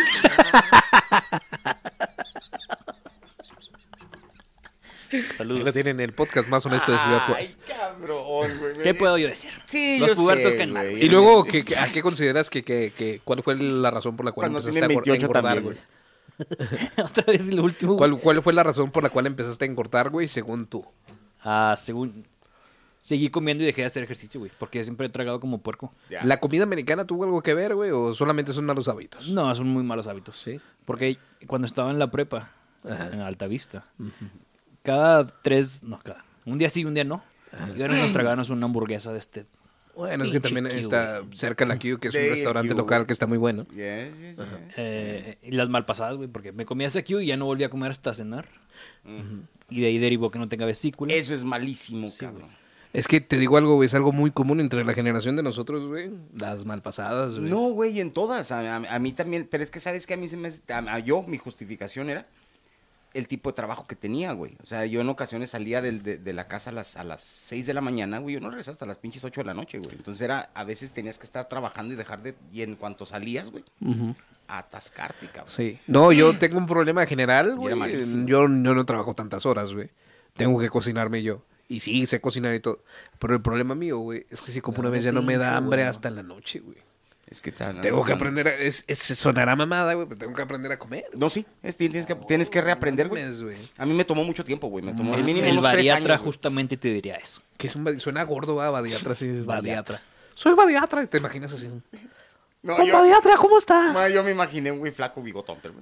Saludos.
tienen en el podcast más honesto de Ciudad
Ay,
Juárez.
cabrón, güey.
¿Qué puedo yo decir?
Sí,
Los
yo
pubertos
sé,
caen mal.
güey.
Y luego, ¿qué, qué- a qué consideras que, que, que- cuál fue la razón por la cual
Cuando
empezaste
tienen
a engor- a
28
engordar,
también,
güey?
güey.
Otra vez lo último.
¿Cuál, ¿Cuál fue la razón por la cual empezaste a engordar, güey, según tú?
Ah, según. Seguí comiendo y dejé de hacer ejercicio, güey. Porque siempre he tragado como puerco.
Ya.
¿La comida americana tuvo algo que ver, güey? ¿O solamente son malos hábitos?
No, son muy malos hábitos.
Sí.
Porque cuando estaba en la prepa, en Altavista, cada tres, no, cada. Un día sí, un día no. Y ahora nos tragamos una hamburguesa de este.
Bueno, es que también
Pinche Q,
está cerca la Q, que es un
De
restaurante
Q,
local
güey.
que está muy bueno.
Yes, yes, yes.
eh, y las malpasadas, güey, porque me comía ese Q y ya no volví a comer hasta cenar. Y de ahí derivó que no tenga vesícula.
Eso es malísimo, cabrón.
Es que te digo algo, güey, es algo muy común entre la generación de nosotros, güey. Las malpasadas, güey.
No, güey, en todas. A, a- a mí también. Pero es que, ¿sabes que A mí se me. hace- A, a yo, mi justificación era el tipo de trabajo que tenía, güey. O sea, yo en ocasiones salía del- de, de la casa a las, a las 6 de la mañana, güey. Yo no regresaba hasta las pinches 8 de la noche, güey. Entonces era. A veces tenías que estar trabajando y dejar de. Y en cuanto salías, güey, a atascarte, cabrón.
Sí. No, yo tengo un problema general, güey.
malísimo.
Yo, yo no trabajo tantas horas, güey. Tengo que cocinarme yo. Y sí, sé cocinar y todo. Pero el problema mío, güey, es que si como una vez ya no me da hambre hasta la noche, güey.
Es que está.
Tengo que aprender a... Es, es- sonará mamada, güey, pero tengo que aprender a comer.
No, sí. es- tienes, que, tienes que reaprender, güey.
Mames, Ah, güey.
A mí me tomó mucho tiempo, güey. Me tomó
el,
mínimo
el
unos tres
bariatra
años, güey.
justamente te diría eso.
Que es un... badi- Suena gordo, va, badiatra. Sí, es
Bariatra.
Soy badiatra, y te imaginas así.
No,
"Don
yo,
badiatra, ¿cómo está?
ma, yo me imaginé un güey flaco bigotón, pero.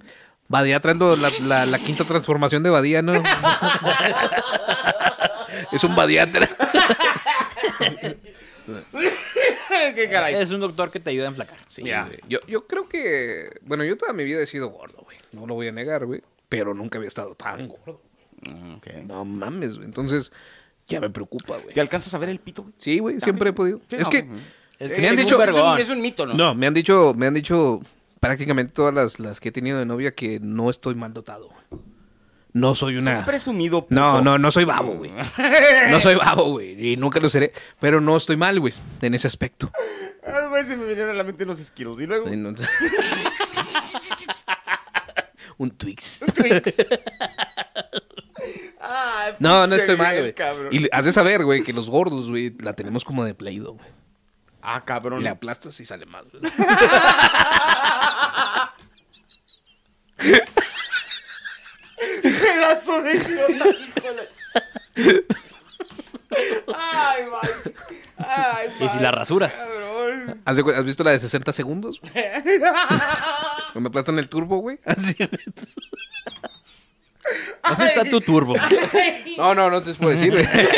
Badía es lo- la, la- la quinta transformación de Badía, ¿no?
Es un badiatra.
¿Qué caray?
Es un doctor que te ayuda a enflacar.
Ya. Yo, yo creo que. Bueno, yo toda mi vida he sido gordo, güey. No lo voy a negar, güey. Pero nunca había estado tan gordo.
Okay.
No mames, güey. Entonces, ya me preocupa, güey.
¿Te alcanzas a ver el pito, güey?
Sí, güey, siempre he podido.
Sí,
es
no,
que.
ujú. Eh,
Es
Me han
es un
dicho-
vergón. Es un,
es
mito, ¿no?
No, me han dicho, me han dicho prácticamente todas las, las que he tenido de novia que no estoy mal dotado. No soy
O sea,
una.
Es presumido. puto.
No, no, no soy babo, güey. No soy babo, güey. Y nunca lo seré. Pero no estoy mal, güey, en ese aspecto.
Ay, güey, se me vinieron a la mente unos Skittles. Y luego.
Ay, no. Un Twix.
Twix. Ay,
No, no
pinche
estoy mal,
bien,
güey.
cabrón.
Y le- has de saber, güey, que los gordos, güey, la tenemos como de pleido, güey.
Ah, cabrón.
Le aplastas y sale más, güey.
Pedazo de idiota, híjole. Ay, man. Ay,
Y si
man,
la rasuras.
Cabrón.
¿Has, de cu- has visto la de 60 segundos? güey? Cuando aplastan el turbo, güey. Así.
¿Dónde está tu turbo?
No, no, no te puedo decir, güey.
En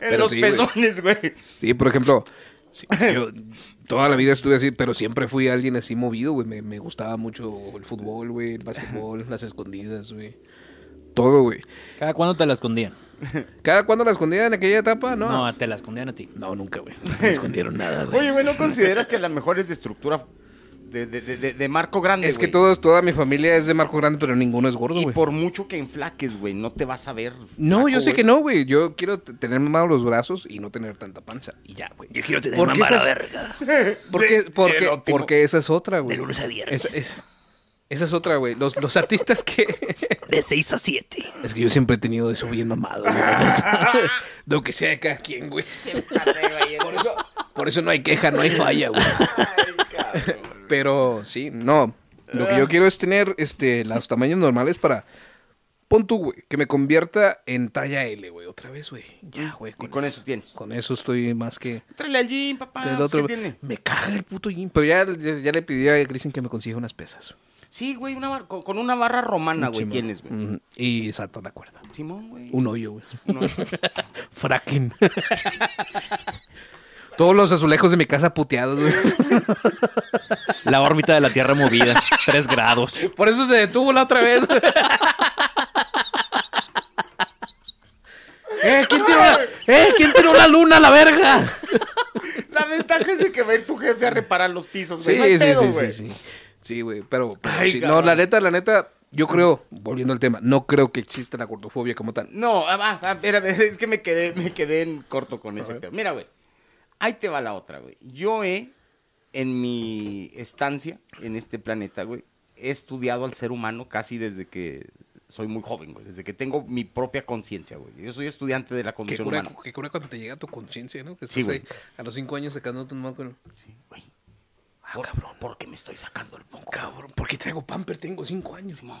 Pero
los
sí, güey.
pezones, güey.
Sí, por ejemplo, sí, yo toda la vida estuve así, pero siempre fui alguien así movido, güey. Me, me gustaba mucho el fútbol, güey, el básquetbol, las escondidas, güey. Todo, güey.
¿Cada cuándo te la escondían?
¿Cada cuándo la escondida en aquella etapa? No.
No, te la escondían a ti.
No, nunca, güey. No me escondieron nada, güey.
Oye, güey, ¿no consideras que la mejor es de estructura de, de, de, de- de marco grande,
Es que
güey?
todos, toda mi familia es de Marco Grande, pero ninguno es gordo,
Y
güey.
por mucho que inflaques, güey, no te vas a ver.
No,
flaco,
yo sé
güey.
que no, güey. Yo quiero t- tener mamados los brazos y no tener tanta panza. Y ya, güey.
Yo quiero tener
¿Por qué
mamá a la
esas-
verga.
Porque, porque,
óptimo.
porque esa es otra, güey.
De lunes a viernes.
Esa es, esa es otra, güey. Los, los artistas que...
De 6 a 7.
Es que yo siempre he tenido eso bien mamado. güey. Lo que sea de cada quien, güey. Por eso, por eso no hay queja, no hay falla, güey. Pero sí, no. Lo que yo quiero es tener este, los tamaños normales para. Pon tú, güey, que me convierta en talla L, güey, otra vez, güey. Ya, güey.
Y con eso tienes.
Con eso estoy más que.
Tráele al gym, papá.
del
pues,
otro,
¿Qué
güey.
tiene?
Me caga el puto gym. Pero ya, ya, ya le pedí a Grisen que me consiga unas pesas.
Sí, güey, una bar- con, con una barra romana, güey,
Simón.
tienes, güey.
Ujú. Y salto la cuerda.
Simón, güey.
Un hoyo, güey.
Uno.
Fracking. Todos los azulejos de mi casa puteados, güey.
La órbita de la Tierra movida. Tres grados.
Por eso se detuvo la otra vez. ¡Eh, quién tiró la, eh, quién tiró la luna a la verga!
La ventaja es de que va a ir tu jefe a reparar los pisos, güey. Pues
Sí,
No hay
sí,
pedo,
sí,
güey.
sí, sí. Sí, güey, pero, pero
Ay,
sí. no,
cabrón.
la neta, la neta, yo creo, volviendo al tema, no creo que exista la gordofobia como tal.
No, ah, ah, ah, espérame, es que me quedé, me quedé en corto con ese pedo. Mira, güey. Ahí te va la otra, güey. Yo he, en mi estancia en este planeta, güey, he estudiado al ser humano casi desde que soy muy joven, güey. Desde que tengo mi propia conciencia, güey. Yo soy estudiante de la
Que
condición
cura,
humana.
qué cura cuando te llega tu conciencia, ¿no? Que
Sí,
estás
güey.
ahí a los cinco años sacando tu mano.
Sí, güey. Por- ¿Por qué me estoy sacando el moco? Cabrón.
Porque traigo pamper, tengo cinco años.
No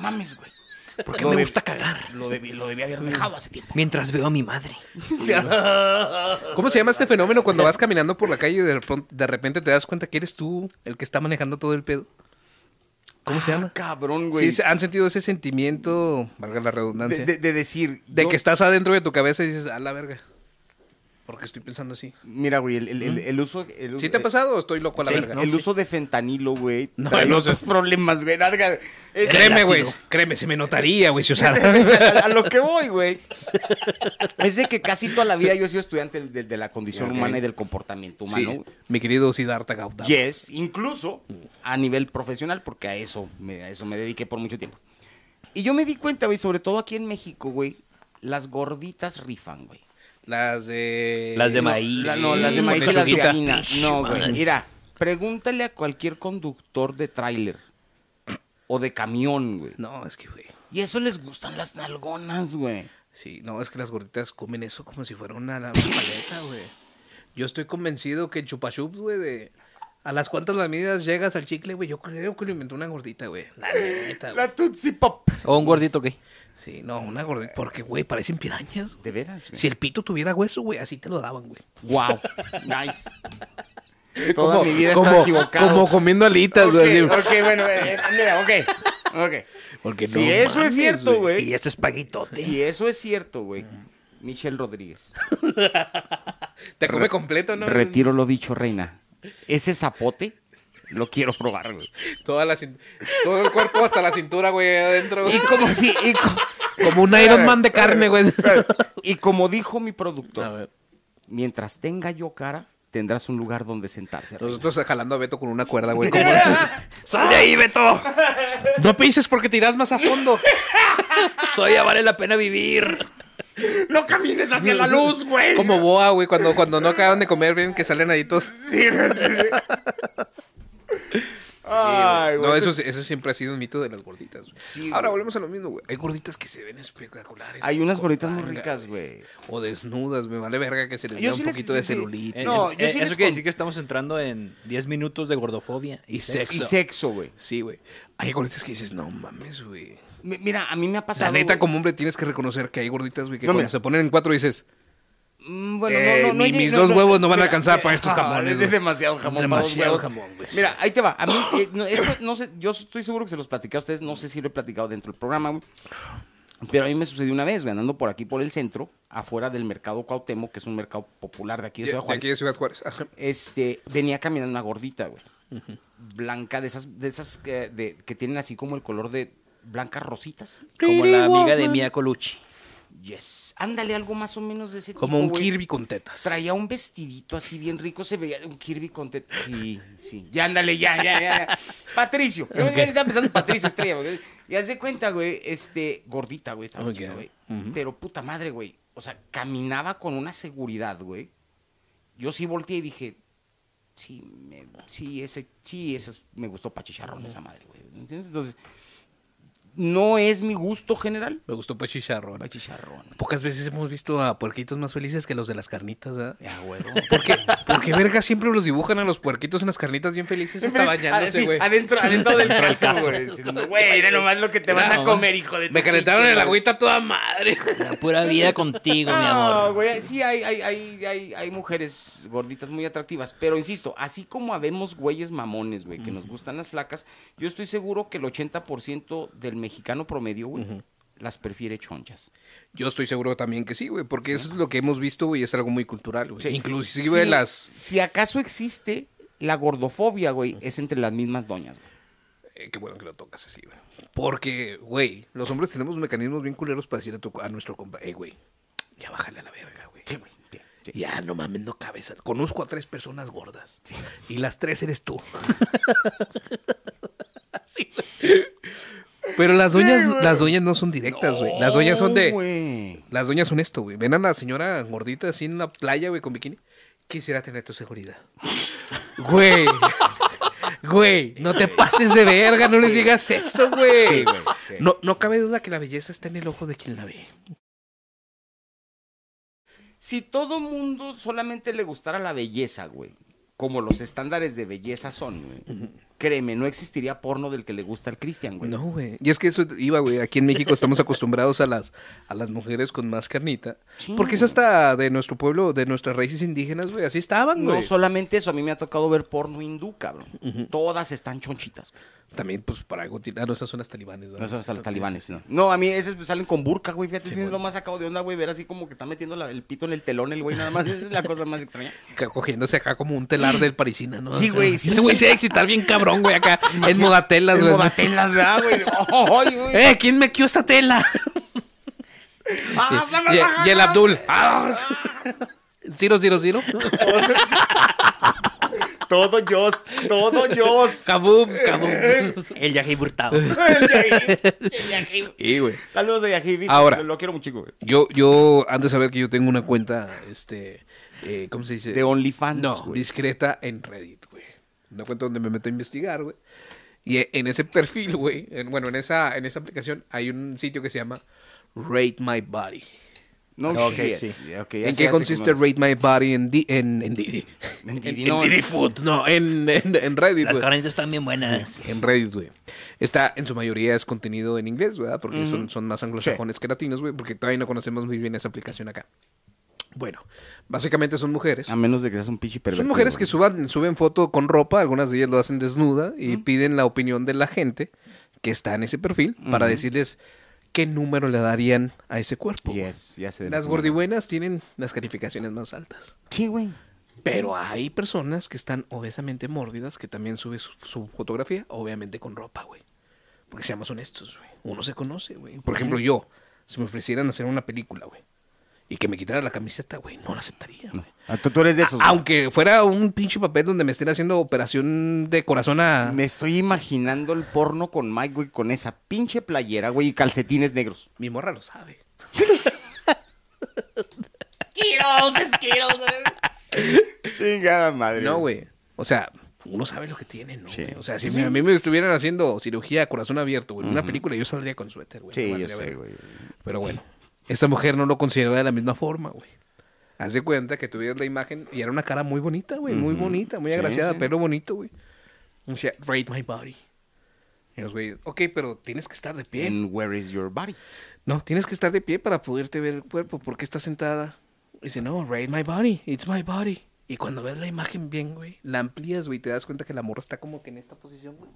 mames, güey.
Porque
Lo
me
de-
gusta cagar.
Lo debí, lo debí haber dejado hace tiempo.
Mientras veo a mi madre.
¿Cómo se llama este fenómeno cuando vas caminando por la calle y de repente, de repente te das cuenta que eres tú el que está manejando todo el pedo? ¿Cómo se
Ah,
llama?
Cabrón, güey.
Sí, se- han sentido ese sentimiento, valga la
de,
redundancia, de,
de- de decir. yo-
que estás adentro de tu cabeza y dices, a la verga. Porque estoy pensando así.
Mira, güey, el, el- el- el uso. El,
¿Sí te ha
eh,
pasado o estoy loco a la
el-
verga?
el uso de fentanilo, güey.
No,
trae
el uso-
otros problemas, güey. nalga. Es-
Créeme, güey. Créeme, se me notaría, güey, si usara.
O sea, a, a lo que voy, güey. Es de que casi toda la vida yo he sido estudiante del- del- de, la condición
Ok.
humana y del comportamiento humano.
mi querido Siddhartha Gautama.
Yes, incluso a nivel profesional, porque a eso, me, a eso me dediqué por mucho tiempo. Y yo me di cuenta, güey, sobre todo aquí en México, güey, las gorditas rifan, güey.
Las de...
Las de
No,
maíz.
La- no, las de
sí,
maíz y
con
las de
lechuguita.
harina. No, güey. Mira, pregúntale a cualquier conductor de tráiler o de camión, güey.
No, es que, güey.
Y eso les gustan las nalgonas, güey.
Sí, no, es que las gorditas comen eso como si fuera una, una paleta, güey. Yo estoy convencido que el chupachups, güey, de... A las cuantas lamidas llegas al chicle, güey. Yo creo que lo inventó una gordita, güey. La neta, güey.
Tutsi Pop.
O un gordito gay.
Sí, no, una gordita. Porque, güey, parecen pirañas, güey.
De veras, güey.
Si el pito tuviera hueso, güey, así te lo daban, güey.
Wow. Nice. Toda mi vida está equivocado.
Como comiendo alitas,
Ok,
güey. así.
ok, bueno, eh, mira, ok. Ok.
Porque
Si eso es cierto, güey.
Y este espaguitote.
Si eso es cierto, güey. Michelle Rodríguez.
Te come completo, ¿no?
Retiro lo dicho, reina. Ese zapote lo quiero probar, güey.
Toda la cint- Todo el cuerpo hasta la cintura, güey, adentro. güey.
Y como si. Y co-
Como un Iron Man de carne, güey.
y como dijo mi productor, mientras tenga yo cara, tendrás un lugar donde sentarse. reina.
Nosotros jalando a Beto con una cuerda, güey. como-
¡Sal de ahí, Beto!
No pises porque te irás más a fondo.
Todavía vale la pena vivir.
No camines hacia la luz, güey.
Como boa, güey, cuando, cuando no acaban de comer bien, que salen ahí todos.
Sí, sí, sí. Ay, güey.
No, eso, eso siempre ha sido un mito de las gorditas. güey.
Sí,
Ahora
güey.
volvemos a lo mismo, güey. Hay gorditas que se ven espectaculares.
Hay unas gorditas muy
Con
ricas,
tanga,
güey.
O desnudas, me vale verga que se les
Yo
vea
sí
un
les-
poquito
sí,
de
sí.
celulita.
Eh, No,
Eh,
yo sí les
eso quiere
con-
decir que estamos entrando en 10 minutos de gordofobia y,
Y
sexo.
Y sexo, güey.
Sí, güey. Hay gorditas que dices, no mames, güey.
Mi- Mira, a mí me ha pasado.
La neta,
güey.
como hombre, tienes que reconocer que hay gorditas, güey, que
No,
cuando
mira.
se ponen en cuatro dices,
Mm, Bueno,
Eh,
no, no, no
ni
llegué-
mis dos huevos no van a alcanzar
eh,
para estos
ah,
jamones,
Es
güey.
demasiado jamón. para dos
Demasiado
huevos.
jamón, güey.
Mira, ahí te va. A mí, eh, no, esto no sé, yo estoy seguro que se los platicé a ustedes. No sé si lo he platicado dentro del programa, güey. Pero a mí me sucedió una vez, güey, andando por aquí, por el centro, afuera del mercado Cuauhtémoc, que es un mercado popular de aquí de
de
Ciudad Juárez.
aquí de Ciudad Juárez. Ajá.
Este, venía caminando una gordita, güey. Blanca, de esas, de esas que, de- que tienen así como el color de blancas rositas.
Como la amiga de Mia Colucci.
Yes. Ándale, algo más o menos de ese
Como
tipo,
un
güey.
Kirby con tetas.
Traía un vestidito así bien rico, se veía un Kirby con te- Sí, sí. Ya, ándale, ya, ya, ya. ya. Patricio. Yo ya estaba pensando en Patricio Estrella, güey. Y haz de cuenta, güey, este, gordita, güey, estaba
Ok.
chica, güey. Pero puta madre, güey. O sea, caminaba con una seguridad, güey. Yo sí volteé y dije, sí, me- sí, ese, sí, ese, me gustó pachicharrón esa madre, güey. ¿Entiendes? Entonces, no es mi gusto general.
Me gustó Pachicharrón.
Pachicharrón.
Pocas veces hemos visto a puerquitos más felices que los de las carnitas, ¿verdad?
Ya, güey.
Porque, porque verga siempre los dibujan a los puerquitos en las carnitas bien felices hasta
Ah,
bañándose,
sí,
güey.
adentro, adentro del caso, güey. diciendo, Güey, era nomás lo que te vas a comer, hijo de tu
Me calentaron
pinche
el
madre".
agüita toda madre.
La pura vida contigo, mi
No,
amor.
güey, sí, hay, hay, hay, hay, hay mujeres gorditas muy atractivas, pero insisto, así como habemos güeyes mamones, güey, que nos gustan las flacas, yo estoy seguro que el 80% del mexicano promedio, güey, las prefiere chonchas.
Yo estoy seguro también que sí, güey, porque eso es lo que hemos visto, güey, es algo muy cultural, güey.
Sí.
Inclusive
Si-
las...
Si acaso existe la gordofobia, güey, es entre las mismas doñas, güey.
eh, qué bueno que lo tocas así, güey. Porque, güey, los hombres tenemos mecanismos bien culeros para decir a, tu- a nuestro compa, eh, güey, ya bájale a la verga, güey.
Sí, güey, sí, sí.
Ya, no mames, no cabeza. Conozco a tres personas gordas. Y las tres eres tú. Sí, güey. Pero las doñas, las doñas no son directas, güey. Las doñas son de.
No, güey.
Las doñas son esto, güey. Ven a la señora gordita así en la playa, güey, con bikini. Quisiera tener tu seguridad. güey. Güey, no te pases de verga, no les digas eso, güey.
Sí, güey, sí.
No, no cabe duda que la belleza está en el ojo de quien la ve.
Si todo mundo solamente le gustara la belleza, güey, como los estándares de belleza son, güey, créeme, no existiría porno del que le gusta al Cristian, güey.
No, güey. Y es que eso iba, güey. Aquí en México estamos acostumbrados a las, a las mujeres con más carnita.
Sí.
Porque es hasta de nuestro pueblo, de nuestras raíces indígenas, güey. Así estaban, güey.
No solamente eso, a mí me ha tocado ver porno hindú, cabrón. Todas están chonchitas. güey.
También, pues, para gotinar, no, esas son las talibanes, ¿verdad?
No son hasta los
Sí,
talibanes,
sí,
no.
sí.
No, a mí esas me salen con burka, güey. Fíjate,
Sí,
es lo
bueno.
más sacado de onda, güey. Ver así como que está metiendo la- el pito en el telón, el güey, nada más. Esa es la cosa más extraña.
Ca- Cogiéndose acá como un telar del parisina, ¿no?
Sí,
Acá.
güey, sí.
Ese güey se va a excitar bien cabrón, güey, acá. en modatelas,
En
güey.
modatelas, ¿verdad, güey. ¡Ay, güey!
¡Eh! ¿Quién me quió esta tela?
¡Ah, se me
Y-
baja!
y, el Abdul. ¡Ah! Ciro, ciro, ciro.
Todo yo, todo yo.
Kabooms, kabooms.
El Yaji Hurtado.
Sí, güey.
Saludos de Yajibi.
Ahora.
Lo, lo quiero mucho, güey.
Yo, yo, antes de saber que yo tengo una cuenta, este, eh, ¿cómo se dice?
De OnlyFans.
No,
güey.
discreta en Reddit, güey. Una cuenta donde me meto a investigar, güey. Y e- en ese perfil, güey, en- bueno, en esa, en esa aplicación hay un sitio que se llama Rate My Body.
No,
Ok,
shit.
sí.
Ok, ya sé, ya
¿En qué
sé
consiste
cómo es.
Rate My Body en, di- en, en Didi?
En
En-
Didi, no.
en Didi Food, no, en, en- en Reddit,
Las
güey.
carnitas están bien buenas.
En Reddit, güey. Está, en su mayoría es contenido en inglés, ¿verdad? Porque son, son más anglosajones que latinos, güey. Porque todavía no conocemos muy bien esa aplicación acá. Bueno, básicamente son mujeres.
A menos de que seas un pinche pervertido.
Son mujeres que
güey.
suban, suben foto con ropa, algunas de ellas lo hacen desnuda y piden la opinión de la gente que está en ese perfil para decirles qué número le darían a ese cuerpo. güey.
Yes, ya sé. de
Las
lo que me-
gordibuenas tienen las calificaciones más altas.
Sí, güey.
Pero hay personas que están obesamente mórbidas que también suben su, su fotografía, obviamente con ropa, güey. Porque seamos honestos, güey. Uno se conoce, güey. Por ejemplo, yo, si me ofrecieran hacer una película, güey, y que me quitara la camiseta, güey, no la aceptaría, güey.
Ah, Tú, tú eres de esos. güey.
Aunque fuera un pinche papel donde me estén haciendo operación de corazón a...
Me estoy imaginando el porno con Mike, güey, con esa pinche playera, güey, y calcetines negros.
Mi morra lo sabe.
Chingada madre.
No, güey. O sea, uno sabe lo que tiene, ¿no? güey? O sea, si
Sí.
a mí me estuvieran haciendo cirugía a corazón abierto, güey, en una película yo saldría con suéter, güey.
Sí,
No
yo
valdría
sé,
verga.
güey.
Pero bueno, esta mujer no lo consideraba de la misma forma, güey. Hace cuenta que tuvieras la imagen y era una cara muy bonita, güey. Muy bonita, muy
Sí,
agraciada,
sí.
pero bonito, güey. Decía, rate my body. Y los güeyes, ok, pero tienes que estar de pie.
And where is your body?
No, tienes que estar de pie para poderte ver el cuerpo. ¿Por qué estás sentada? Dice, no, rate my body. It's my body. Y cuando ves la imagen bien, güey, la amplías, güey, y te das cuenta que la morra está como que en esta posición, güey.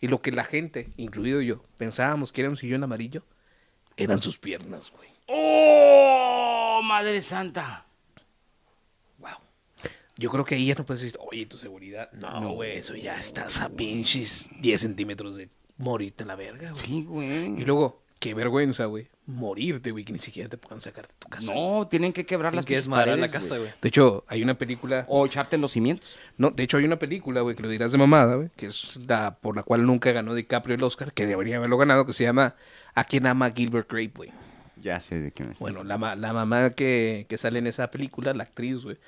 Y lo que la gente, incluido yo, pensábamos que era un sillón amarillo, eran sus piernas, güey.
¡Oh, madre santa!
Wow. Yo creo que ahí ya no puedes decir, oye, tu seguridad. No, güey, eso ya estás a pinches 10 centímetros de morirte a la verga, güey.
Sí,
Y
güey.
luego, qué vergüenza, güey. Morirte, güey, que ni siquiera te puedan sacar de tu casa.
No, tienen que quebrar las
que
pinches
desmadrar
paredes,
la casa, güey.
De hecho, hay una película.
O echarte en los cimientos.
No, de hecho, hay una película, güey, que lo dirás de mamada, güey, que es la por la cual nunca ganó DiCaprio el Oscar, que debería haberlo ganado, que se llama A quien ama Gilbert Grape, güey.
Ya sé de qué me estás
Bueno, la, ma- la mamá que, que sale en esa película, la actriz, güey,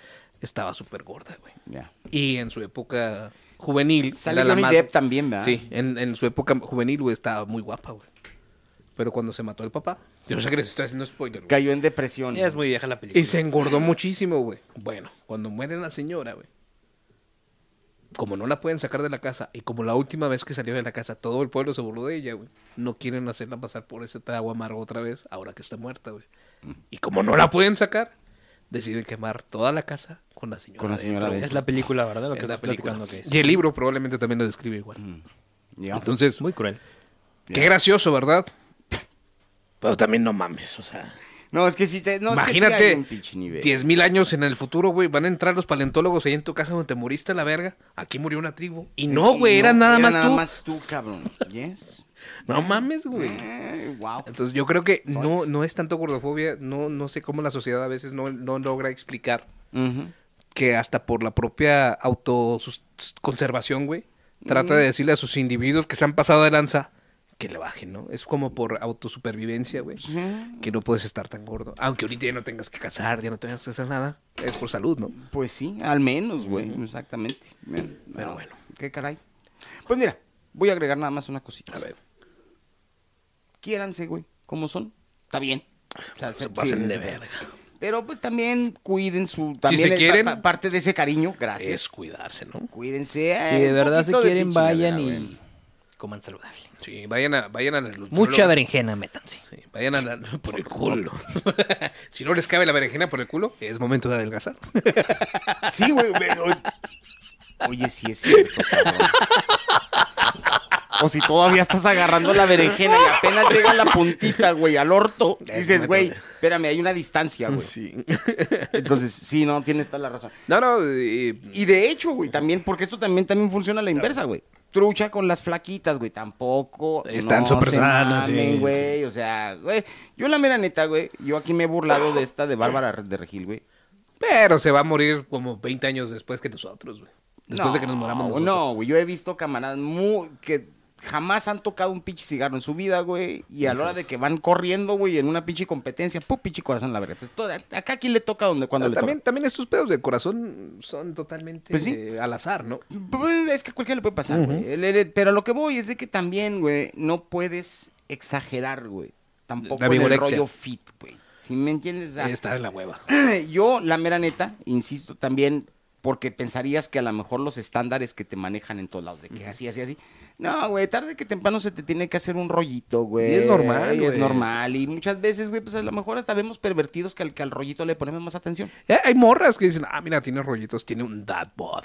estaba súper gorda, güey.
Ya.
Y en su época juvenil.
Sale
era la
Johnny
más-
Depp también, ¿verdad?
Sí, en, en su época juvenil, güey, estaba muy guapa, güey. Pero cuando se mató el papá. Yo sé que les estoy haciendo spoiler, güey.
Cayó en depresión.
Ya es muy vieja la película.
Y se engordó muchísimo, güey. Bueno, cuando muere la señora, güey. Como no la pueden sacar de la casa y como la última vez que salió de la casa todo el pueblo se burló de ella, güey. No quieren hacerla pasar por ese trago amargo otra vez ahora que está muerta, güey. Y como no la pueden sacar, deciden quemar toda la casa con la señora.
Con la señora
dentro,
Es la película, ¿verdad? Lo que
Es la
estás
película.
platicando que es.
Y el libro probablemente también lo describe igual.
Ya.
Entonces,
Muy cruel.
qué gracioso, ¿verdad?
Pero también no mames, o sea.
No, es que sí, se- no, es que sí hay
Imagínate,
un pinche nivel.
10.000 años en el futuro, güey, van a entrar los paleontólogos ahí en tu casa donde te moriste a la verga. Aquí murió una tribu. Y no,
Y
güey, era nada
era
más
nada
tú.
más tú, cabrón. Yes.
No mames, güey.
Eh, wow.
Entonces yo creo que no, no es tanto gordofobia, no, no sé cómo la sociedad a veces no, no logra explicar
Ujú.
que hasta por la propia autoconservación, güey, trata de decirle a sus individuos que se han pasado de lanza que le bajen, ¿no? Es como por autosupervivencia, güey, que no puedes estar tan gordo. Aunque ahorita ya no tengas que cazar, ya no tengas que hacer nada, es por salud, ¿no?
Pues sí, al menos, güey, exactamente. Bien,
Pero
no,
bueno.
¿Qué caray? Pues mira, voy a agregar nada más una cosita. A ver. Quiéranse, güey, como son. Está bien. O sea, se- sí,
pasen
sí,
de
sí.
verga.
Pero pues también cuiden su... También
se
es pa-
quieren,
pa- parte de ese cariño, gracias.
Es cuidarse, ¿no?
Cuídense. eh,
Si de
un
verdad se
poquito de
quieren,
pinche
vayan
madera, güey.
y coman saludable.
Sí, vayan a, vayan a la nutrióloga.
Mucha berenjena, métanse.
Sí, vayan a la-
Por el culo.
si no les cabe la berenjena por el culo, es momento de adelgazar.
Sí, güey. güey, o- Oye, sí es cierto, cabrón. O si todavía estás agarrando la berenjena y apenas llega la puntita, güey, al orto. Dices, güey, espérame, hay una distancia, güey.
Sí.
Entonces, sí, no, tienes toda la razón.
No, no, eh,
Y de hecho, güey, también, porque esto también, también funciona a la inversa, güey. Trucha con las flaquitas, güey, tampoco.
Están
no
súper
se
sanas, sí,
mamen,
sí.
güey. O sea, güey, yo la mera neta, güey, yo aquí me he burlado de esta de Bárbara de Regil, güey.
pero se va a morir como 20 años después que nosotros, güey. Después de que nos moramos nosotros.
No, güey, yo he visto camaradas muy, que jamás han tocado un pinche cigarro en su vida, güey. Y a la hora de que van corriendo, güey, en una pinche competencia, ¡pum! pinche corazón en la verga. Entonces, todo- acá aquí le toca donde cuando
Pero
le
Ah, también, también estos pedos de corazón son totalmente
Pues sí.
eh, al azar, ¿no?
toca. Pues, Es que a cualquiera le puede pasar, güey. El- el- el- Pero lo que voy es de que también, güey, no puedes exagerar, güey. Tampoco
La
en el
vigorexia.
rollo fit, güey. Si me entiendes, O sea,
Está en la hueva.
yo, la mera neta, insisto también, porque pensarías que a lo mejor los estándares que te manejan en todos lados, de que así, así, así. No, güey, tarde que temprano se te tiene que hacer un rollito, güey.
Y es normal,
Y es
güey.
normal. Y muchas veces, güey, pues a lo mejor hasta vemos pervertidos que al, que al rollito le ponemos más atención.
Eh, hay morras que dicen, ah, mira, tiene rollitos, tiene un dad bod.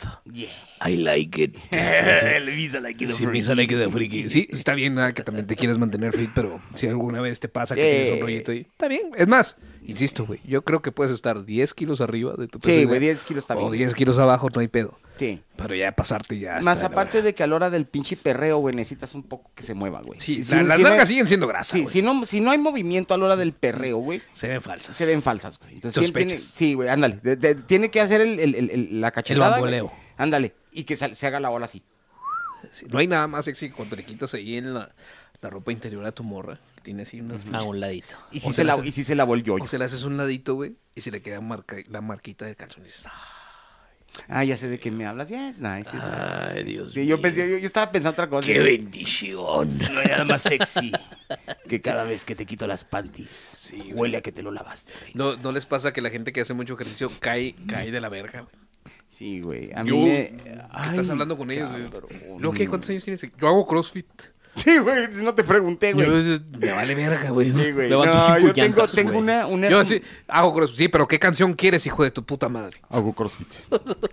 I like it.
El visa la quiero
Sí,
free.
me sale que de friki.
Sí, está bien ah, que también te quieras mantener fit, pero si alguna vez te pasa que
Eh.
tienes un rollito ahí, está bien. Es más, insisto, güey, yo creo que puedes estar 10 kilos arriba de tu
Sí,
peso ideal,
güey, 10 kilos está
O
bien.
10 kilos abajo, no hay pedo.
Sí.
Pero ya pasarte ya.
Más aparte de que a la hora del pinche perreo, güey, necesitas un poco que se mueva, güey.
Sí,
Si-
la-
si-
las
si no hay-
largas siguen siendo grasa.
Sí,
güey.
si no, si no hay movimiento a la hora del perreo, güey,
Se ven falsas.
se ven falsas, güey. Entonces, ¿quién tiene-
Sospechas.
sí, güey, ándale. De- de- tiene que hacer el, el- el- el- la cachetada. güey.
bamboleo.
Ándale. Y que sal- se haga la ola así.
Sí, no hay nada más sexy que cuando le quitas ahí en la, la ropa interior a tu morra. Que tiene así unas.
A un ladito.
Y
O
si
se
se
la
la,
hace-
y si se lavó el yoyo.
Ah, O se le haces un ladito, güey, y se le queda marca, la marquita del calzón. Y dices, "Ah".
Ah, ya sé de qué me hablas. Ya es nice. es nice.
Ay, Dios
Sí,
mío.
yo, pensé, yo, yo estaba pensando otra cosa.
¡Qué bendición!
No hay nada más sexy que cada vez que te quito las panties. huele a que te lo lavaste. rey.
¿No, ¿No les pasa que la gente que hace mucho ejercicio cae, cae de la verga, güey?
Sí, güey. A mí
Yo-
me-
que
Ay,
estás hablando con ellos. güey.
cabrón.
Luego, ¿qué? ¿Cuántos años tienes? Yo hago CrossFit.
Sí, güey. No te pregunté, güey.
Yo- me vale verga, güey.
Sí, güey. No,
levanté cinco
yo tengo,
llantas,
tengo
güey.
una, una-
Yo así, hago CrossFit. Sí, pero ¿qué canción quieres, hijo de tu puta madre?
Hago crossfit.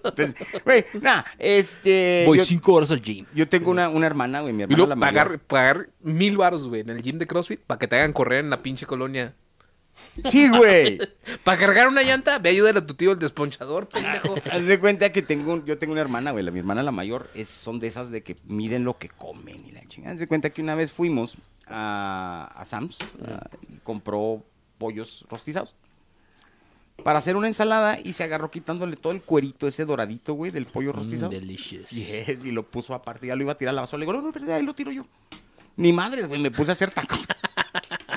Entonces, güey, nada. Este.
Voy
yo,
cinco horas al gym.
yo tengo una, una hermana, güey. Mi
Y
hermana.
luego
la mayor.
pagar, pagar mil baros, güey, en el gym de CrossFit para que te hagan correr en la pinche colonia.
Sí, güey.
Para cargar una llanta, ve a ayudar a tu tío el desponchador, pendejo.
Haz de cuenta que tengo un- yo tengo una hermana, güey. la- Mi hermana la mayor es, son de esas de que miden lo que comen y la chingada. Haz de cuenta que una vez fuimos a, a Sam's a- y compró pollos rostizados para hacer una ensalada y se agarró quitándole todo el cuerito ese doradito, güey, del pollo
Mm,
rostizado.
delicious.
Yes, y lo puso aparte, ya lo iba a tirar a la basura. Le digo, no, no, espérate, ahí lo tiro yo. Ni madres, güey, me puse a hacer tacos.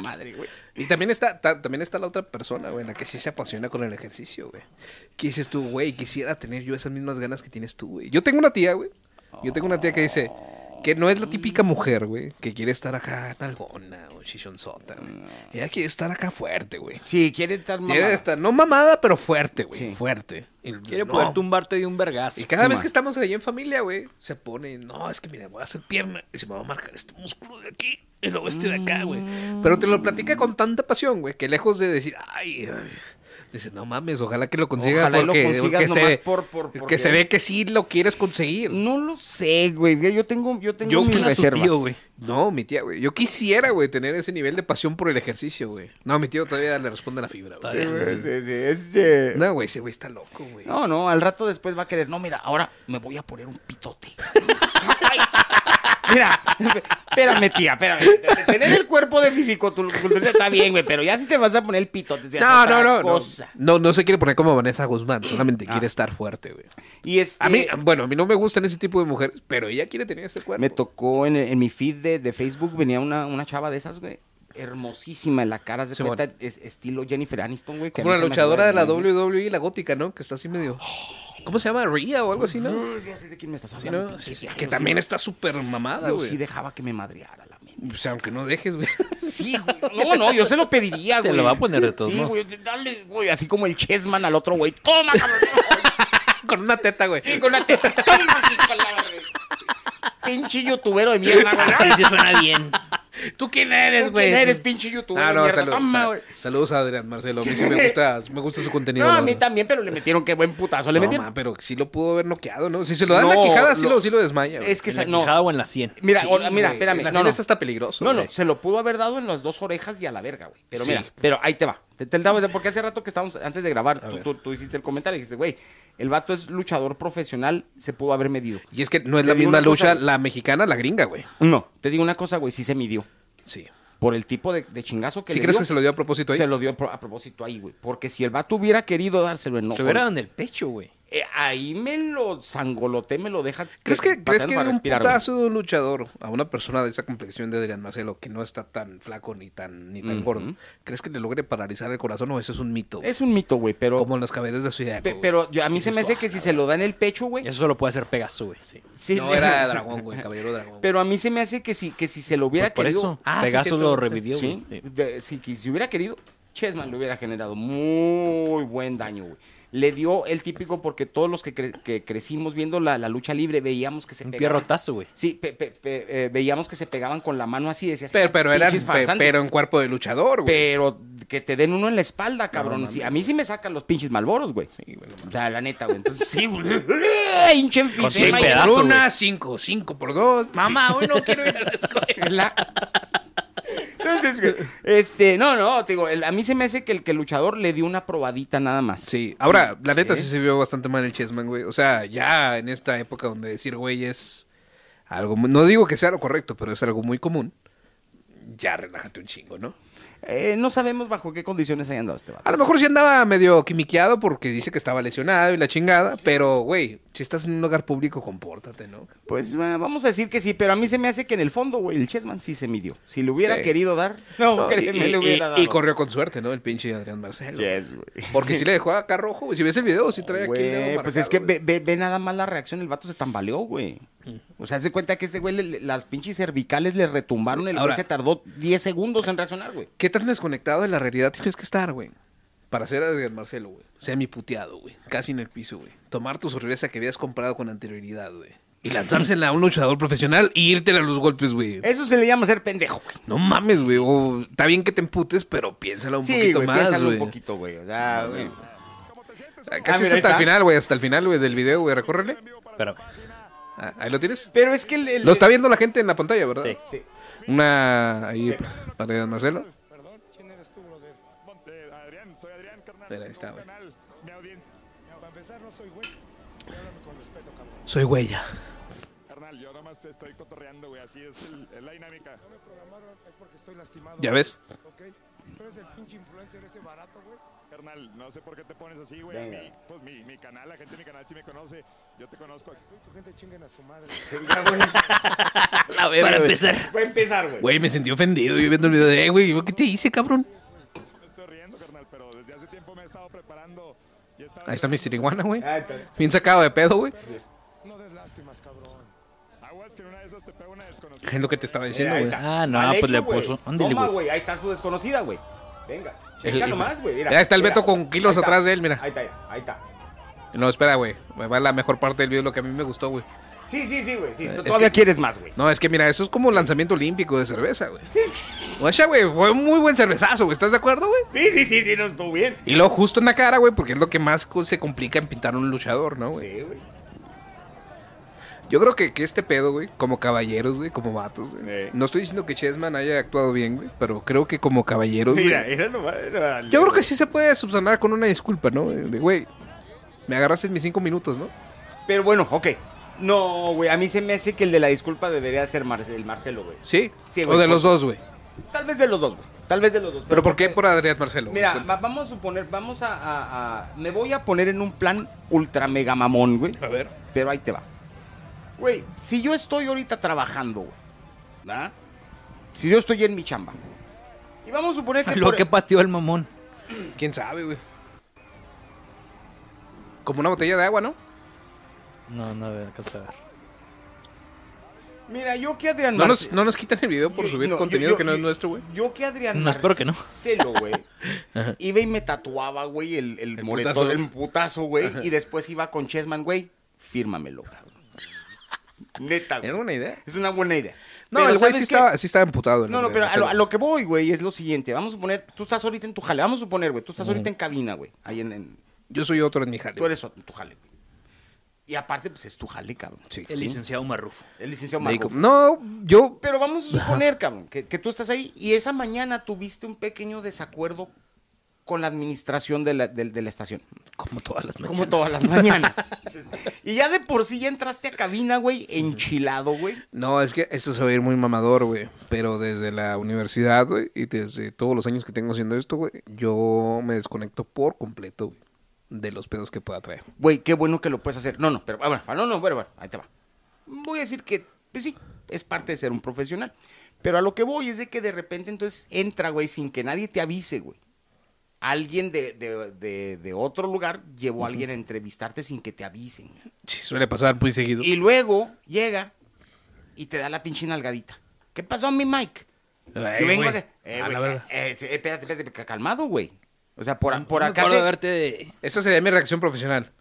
Madre, güey.
Y también está, ta- también está la otra persona, güey, en la que sí se apasiona con el ejercicio, güey. ¿Qué dices tú, güey? Quisiera tener yo esas mismas ganas que tienes tú, güey. Yo tengo una tía, güey. Yo tengo una tía que dice que no es la típica mujer, güey, que quiere estar acá nalgona o chichonzota, güey. Ella quiere estar acá fuerte, güey.
Sí, quiere estar mamada.
Quiere estar, no mamada, pero fuerte, güey.
Sí.
Fuerte. Y-
Quiere
no.
poder tumbarte de un vergazo.
Y cada
Sí,
vez
ma.
que estamos ahí en familia, güey, se pone, no, es que mira, voy a hacer pierna y se me va a marcar este músculo de aquí y luego este de acá, güey.
Mm.
Pero te lo platica con tanta pasión, güey, que lejos de decir, ay, ay", dices, no mames, ojalá que lo consigas
Ojalá y lo
porque,
consigas
porque
nomás
se,
por- por-
que
porque- Mm.
se ve que sí lo quieres conseguir.
No lo sé, güey. Yo tengo, yo tengo mis
quiero a su
reservas.
tío, güey. No, mi tía, güey. Yo quisiera, güey, tener ese nivel de pasión por el ejercicio, güey. No, mi tío todavía le responde la fibra,
Sí,
güey.
güey, sí, sí, este-
No, güey, ese güey está loco, güey.
No, no, al rato después va a querer. No, mira, ahora me voy a poner un pitote. Ay, mira, espérame, tía, espérame. Tener el cuerpo de fisicoculturista está bien, güey, pero ya si te vas a poner el pitote. ya es
No,
otra
no, no, no.
cosa. Ah.
No, no se quiere poner como Vanessa Guzmán, solamente quiere estar fuerte, güey.
Y es.
A mí, bueno, a mí no me gustan ese tipo de mujeres, pero ella quiere tener ese cuerpo.
Eh, Me tocó en, en mi feed de, de Facebook, venía una, una chava de esas, güey. Hermosísima en la cara, haz de
Sí,
cuenta, es- estilo Jennifer Aniston, güey. que a
Como
mí se
la
me
luchadora
figura
de la
bien,
WWE, la gótica, ¿no? Que está así medio... ¿Cómo se llama? Rhea o algo así, Pues, ¿no?
güey. Ya sé de quién me estás
Sí,
hablando.
¿no?
pinche
Sí, sí,
vieja,
que
yo
también
sí-
está súper mamada,
Yo sí
güey.
dejaba que me madreara la mente.
O sea, aunque no dejes, güey.
Sí, güey. No, no, yo se lo pediría,
Te
güey.
lo va a poner de todos
Sí,
modos.
güey, dale, güey. Así como el Chessman al otro, güey. Toma, cabrón.
Con una teta, güey.
Sí, con la teta. Toma, hijo de la madre. Pinche youtubero de mierda, güey.
Sí, sí suena bien.
¿Tú quién eres,
¿Tú quién eres, pinche youtubero
Ah,
de
no,
mierda?
saludos.
Toma,
sal-
güey.
saludos a Adrián Marcelo. A mí sí me gusta, me gusta su contenido.
No,
la
a mí
verdad.
también, pero le metieron qué buen putazo. Le
No,
metieron.
ma, pero sí lo pudo haber noqueado, ¿no? Si se lo dan la
No,
quijada, sí
lo-
lo, sí lo desmaya. güey.
es que
¿En la
esa- no.
quijada o en la sien?
Mira,
Sí,
o- mira,
güey.
espérame.
La
No,
no,
no.
está peligroso.
No, no,
güey.
se lo pudo haber dado en las dos orejas y a la verga, güey. Pero
Sí.
mira, pero ahí te va. Te, te daba- porque hace rato que estábamos, antes de grabar, tú, tú- tú hiciste el comentario y dijiste, güey, el vato es luchador profesional, se pudo haber medido.
Y es que no es
Te
la
digo una
misma
cosa,
lucha
güey.
la mexicana, la gringa, güey.
No, te digo una cosa, güey, sí se midió.
Sí.
Por el tipo de, de chingazo que
¿Sí
le
crees
dio,
que se lo dio a propósito ahí?
se lo dio a pro- a propósito ahí, güey. Porque si el vato hubiera querido dárselo en no,
Se hubiera dado en el pecho, güey.
eh, ahí me lo zangoloté, me lo deja.
¿Crees que,
patando
¿crees que
para
de un
respirar, güey.
putazo de un luchador a una persona de esa complexión de Adrián Marcelo que no está tan flaco ni tan ni tan
Ujú.
gordo, crees que le logre paralizar el corazón o eso es un mito? güey?
Es un mito, güey, pero.
Como en los cabellos de Zodiaco.
pe-
güey.
pero yo- a mí se
Dices,
me hace
"Ah,
que si
la
se lo da en el pecho, güey.
Eso solo puede hacer Pegaso, güey.
sí-
No, era dragón, güey, caballero dragón.
Pero a mí se me hace que si, que si se lo hubiera
Por, por
querido.
eso,
Ah, sí,
Pegaso
cierto,
lo
sí.
revivió, güey.
Sí, de- si, que si hubiera querido, Chessman le hubiera generado muy buen daño, güey. Le dio el típico porque todos los que, cre- que crecimos viendo la, la lucha libre veíamos que se
Un
pegaban.
pierrotazo, güey.
Sí, pe- pe- pe- eh, veíamos que se pegaban con la mano así, decías.
Pero, pero eran,
"Pinches
pe-
farsantes".
pero en cuerpo de luchador, güey.
Pero que te den uno en la espalda, cabrón. Sí, a mí sí me sacan los pinches malboros, güey. o sea, la neta, güey. Entonces, sí, güey. Hinche
cien
enfisema y-
pedazos. pedazo,
una, cinco, cinco por dos. Mamá, hoy no quiero ir a la escuela.
Entonces, güey, este, no, no, te digo, el- a mí se me hace que el, que el luchador le dio una probadita nada más.
Sí, ahora, la neta
¿Eh?
sí se vio bastante mal el Chessman, güey. O sea, ya en esta época donde decir güey es algo, mu- no digo que sea lo correcto, pero es algo muy común. Ya relájate un chingo, ¿no?
Eh, no sabemos bajo qué condiciones hayan dado este vato.
A lo mejor sí andaba medio quimiqueado porque dice que estaba lesionado y la chingada, pero güey, si estás en un lugar público, compórtate, ¿no?
Pues bueno, vamos a decir que sí, pero a mí se me hace que en el fondo, güey, el Chessman sí se midió. Si le hubiera
Sí.
querido dar, no,
No, y,
créeme,
y-
le hubiera
y-
dado.
y corrió con suerte, ¿no? El pinche Adrián Marcelo.
Yes, güey.
Porque si le dejó acá rojo, güey. Si ves el video, si trae aquí el dedo
Güey, pues
marcado,
es que
güey.
ve, ve- ve nada más la reacción, el vato se tambaleó, güey. O sea, se cuenta que este güey, le- le- las pinches cervicales le retumbaron, el güey
Ahora-
se tardó 10 segundos en reaccionar, güey.
¿Qué tan desconectado de la realidad tienes que estar, güey? Para ser Adrián Marcelo, güey. Semi puteado, güey. Casi en el piso, güey. Tomar tu sorpresa que habías comprado con anterioridad, güey. Y lanzársela a un luchador profesional y irte a los golpes, güey.
Eso se le llama ser pendejo, güey.
No mames, güey. O, Está bien que te emputes, pero piénsala un
sí,
poquito
güey,
más,
piénsalo
güey.
un poquito, güey. O sea, güey.
O sea, Casi
Ah, mira,
es
ahí
hasta el
está.
final, güey. Hasta el final, güey, del video, güey. Recórrele.
Pero
Ah, ahí lo tienes.
Pero es que el, el-
Lo está viendo la gente en la pantalla, ¿verdad?
Sí.
Sí.
Una ahí para Adrián Marcelo.
Perdón, ¿quién eres tú, brother? Ponte, Adrián, soy Adrián, carnal.
Mira, ahí está,
Tengo un
güey.
canal, Mi audiencia. Para empezar, no soy güey. Háblame con respeto, cabrón.
Soy huella.
Carnal, yo nada más estoy cotorreando, güey. Así es el- el- la dinámica. No me programaron, es porque estoy lastimado.
¿Ya ves?
¿Ok? Tú eres el pinche influencer ese barato, güey. Carnal, no sé por qué te pones así, güey. A mí, pues mi, mi canal, la gente de mi canal sí me conoce. Yo te conozco. Tú y tu gente chingan a su madre.
La verga,
Para
güey.
empezar.
Voy a empezar, güey.
Güey, me sentí ofendido. Yo viendo el video de, "Eh, güey, ¿qué te hice, cabrón?
Me estoy riendo, carnal, pero desde hace tiempo me he estado preparando. Y he estado
Ahí está mi siriguana, güey.
Ah, entonces-
Bien sacado de pedo, güey.
No des lástimas, cabrón. Aguas que en una de esas te pega una desconocida.
Es lo que te estaba diciendo,
Ahí
güey.
está.
Ah, no,
Mal
pues le
güey.
puso. Ándale,
Toma,
güey.
güey, ahí está su desconocida, güey. Venga, checa
El-
nomás, güey. mira,
Ya está el
mira.
Beto con kilos
Ahí está.
atrás de él, mira.
Ahí está, mira, ahí está.
No, espera, güey. Me va la mejor parte del video, lo que a mí me gustó, güey.
Sí, sí, sí, güey. Sí, tú
Eh, es
todavía
que-
quieres más, güey.
No, es que mira, eso es como un lanzamiento olímpico de cerveza, güey. O sea, güey, fue un muy buen cervezazo, güey. ¿Estás de acuerdo, güey?
Sí, sí, sí, sí, no estuvo bien.
Y luego justo en la cara, güey, porque es lo que más co- se complica en pintar un luchador, ¿no, güey?
Sí, güey.
Yo creo que, que este pedo, güey, como caballeros, güey, como vatos, güey.
Eh.
No estoy diciendo que Chessman haya actuado bien, güey, pero creo que como caballeros, güey.
Mira, era nomás. era-
Yo creo que sí se puede subsanar con una disculpa, ¿no? De, güey, me agarraste en mis cinco minutos, ¿no?
Pero bueno, ok. No, güey, a mí se me hace que el de la disculpa debería ser Marce- el Marcelo, güey.
Sí.
Sí, güey,
o de
por-
los dos, güey.
Tal vez de los dos, güey. Tal vez de los dos.
Pero ¿por
porque-
qué por Adrián Marcelo? Pues, güey?
Mira,
Cuenta.
va- vamos a suponer, vamos a, a- a- Me voy a poner en un plan ultra mega mamón, güey.
A ver.
Pero ahí te va. Güey, si yo estoy ahorita trabajando, güey. ¿verdad? Si yo estoy en mi chamba. Y vamos a suponer que.
lo
por-
que pateó el mamón.
¿Quién sabe, güey? Como una botella de agua, ¿no?
No, no, a ver, alcanza a ver.
Mira, yo que Adrián
No
Marce-
nos, no nos quitan el video por
Yo-
subir
no, yo-
contenido
yo-
que no es
yo-
nuestro, güey.
Yo que Adrián
No, espero que no.
Marcelo, güey. iba y me tatuaba, güey, el, el, moretón,
putazo.
el putazo, güey. Y después iba con Chessman, güey. Fírmamelo, cabrón. Neta, güey.
Era buena idea.
Es una buena idea.
No,
Pero
el güey sí
¿sabes qué?
estaba, sí estaba emputado. el
No, no,
hombre,
pero a
sé,
lo,
güey.
a lo que voy, güey, es lo siguiente. Vamos a suponer, tú estás ahorita en tu jale. Vamos a suponer, güey, tú estás ahorita en cabina, güey. Ahí en, en-
Yo soy otro en mi jale.
Tú eres en tu jale, güey. Y aparte, pues es tu jale, cabrón.
Sí. "Mm".
El licenciado Marrufo.
El licenciado
Me dijo,
Marco.
No, yo...
Pero vamos a suponer, cabrón, que, que tú estás ahí y esa mañana tuviste un pequeño desacuerdo con la administración de la, del- de la estación.
Como todas las
Como todas las mañanas. y ya de por sí ya entraste a cabina, güey, enchilado, güey.
No, es que eso se va a ir muy mamador, güey. Pero desde la universidad, güey, y desde todos los años que tengo haciendo esto, güey, yo me desconecto por completo, güey, de los pedos que pueda traer.
Güey, qué bueno que lo puedes hacer. No, no, pero ah, bueno, no, no, bueno, bueno, ahí te va. Voy a decir que, pues sí, es parte de ser un profesional. Pero a lo que voy es de que de repente entonces entra, güey, sin que nadie te avise, güey. Alguien de, de- de- de otro lugar llevó a alguien a entrevistarte sin que te avisen.
Sí, suele pasar muy seguido.
Y luego llega y te da la pinche nalgadita. ¿Qué pasó, mi Mike? Yo vengo a... Eh, güey, eh, sí, espérate, espérate, espérate, calmado, güey. O sea, por, por acá se-
Esa sería mi reacción profesional.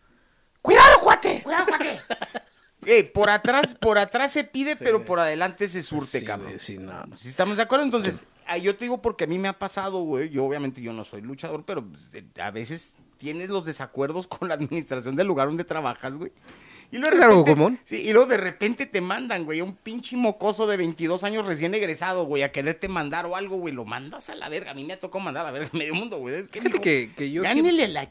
Eh, por atrás, por atrás se pide, pero por adelante se surte,
Sí,
cabrón.
güey, sí, no.
Si estamos de acuerdo, entonces, ah, yo te digo porque a mí me ha pasado, güey. Yo obviamente yo no soy luchador, pero pues, eh, a veces tienes los desacuerdos con la administración del lugar donde trabajas, güey. Y luego de
Es algo
repente-
común.
Sí, y luego de repente te mandan, güey, a un pinche mocoso de 22 años recién egresado, güey, a quererte mandar o algo, güey. Lo mandas a la verga. A mí me ha tocado mandar a la verga a medio mundo, güey. Es que,
Fíjate
no,
que- que yo
gánele la...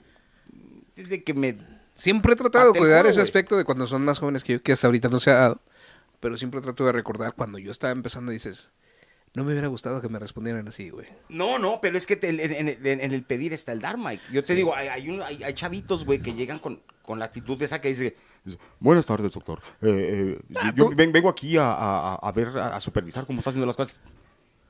Desde que me...
Siempre he tratado
Patea
de
el
cuidar
juego,
ese
Ah, güey.
aspecto de cuando son más jóvenes que yo, que hasta ahorita no se ha dado. Pero siempre trato de recordar cuando yo estaba empezando, dices, no me hubiera gustado que me respondieran así, güey.
No, no, pero es que te- en, en- en- en el pedir está el dar, Mike. Yo te digo, hay, hay un- hay- hay chavitos, güey, que llegan con, con la actitud de esa que dice,
Buenas tardes, doctor. Eh, eh, yo yo ven- vengo aquí a, a- a ver, a, a supervisar cómo está haciendo las cosas.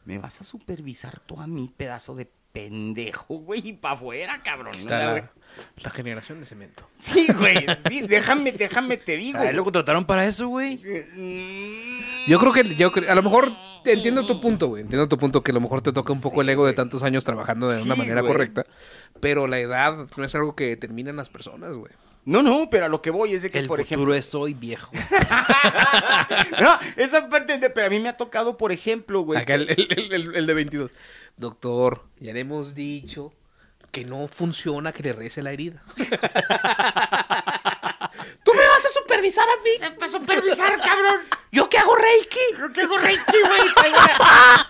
me vas a supervisar tú a mí, pedazo de pendejo, güey, y pa' afuera, cabrón.
Aquí
¿no?
está
La
la,
verdad-
la generación de cemento.
Sí, güey, sí, déjame, déjame, te digo.
A él lo
güey.
contrataron para eso, güey.
Mm,
Yo creo que, yo cre- a lo mejor entiendo tu punto, güey. Entiendo tu punto que a lo mejor te toca un poco el ego de tantos años trabajando de una
Sí,
manera
güey.
correcta. Pero la edad no es algo que determinan las personas, güey.
No, no, pero a lo que voy es de que,
El
por
futuro
ejemplo...
es hoy, viejo.
no, esa parte, de- pero a mí me ha tocado, por ejemplo, güey...
Acá el, el- el- el de 22. Doctor, ya le hemos dicho que no funciona que le rece la herida.
¡Tú me vas a supervisar a mí!
Se pasó a supervisar, cabrón.
¡Yo que hago reiki!
Creo que el borrequi, güey. traigo la-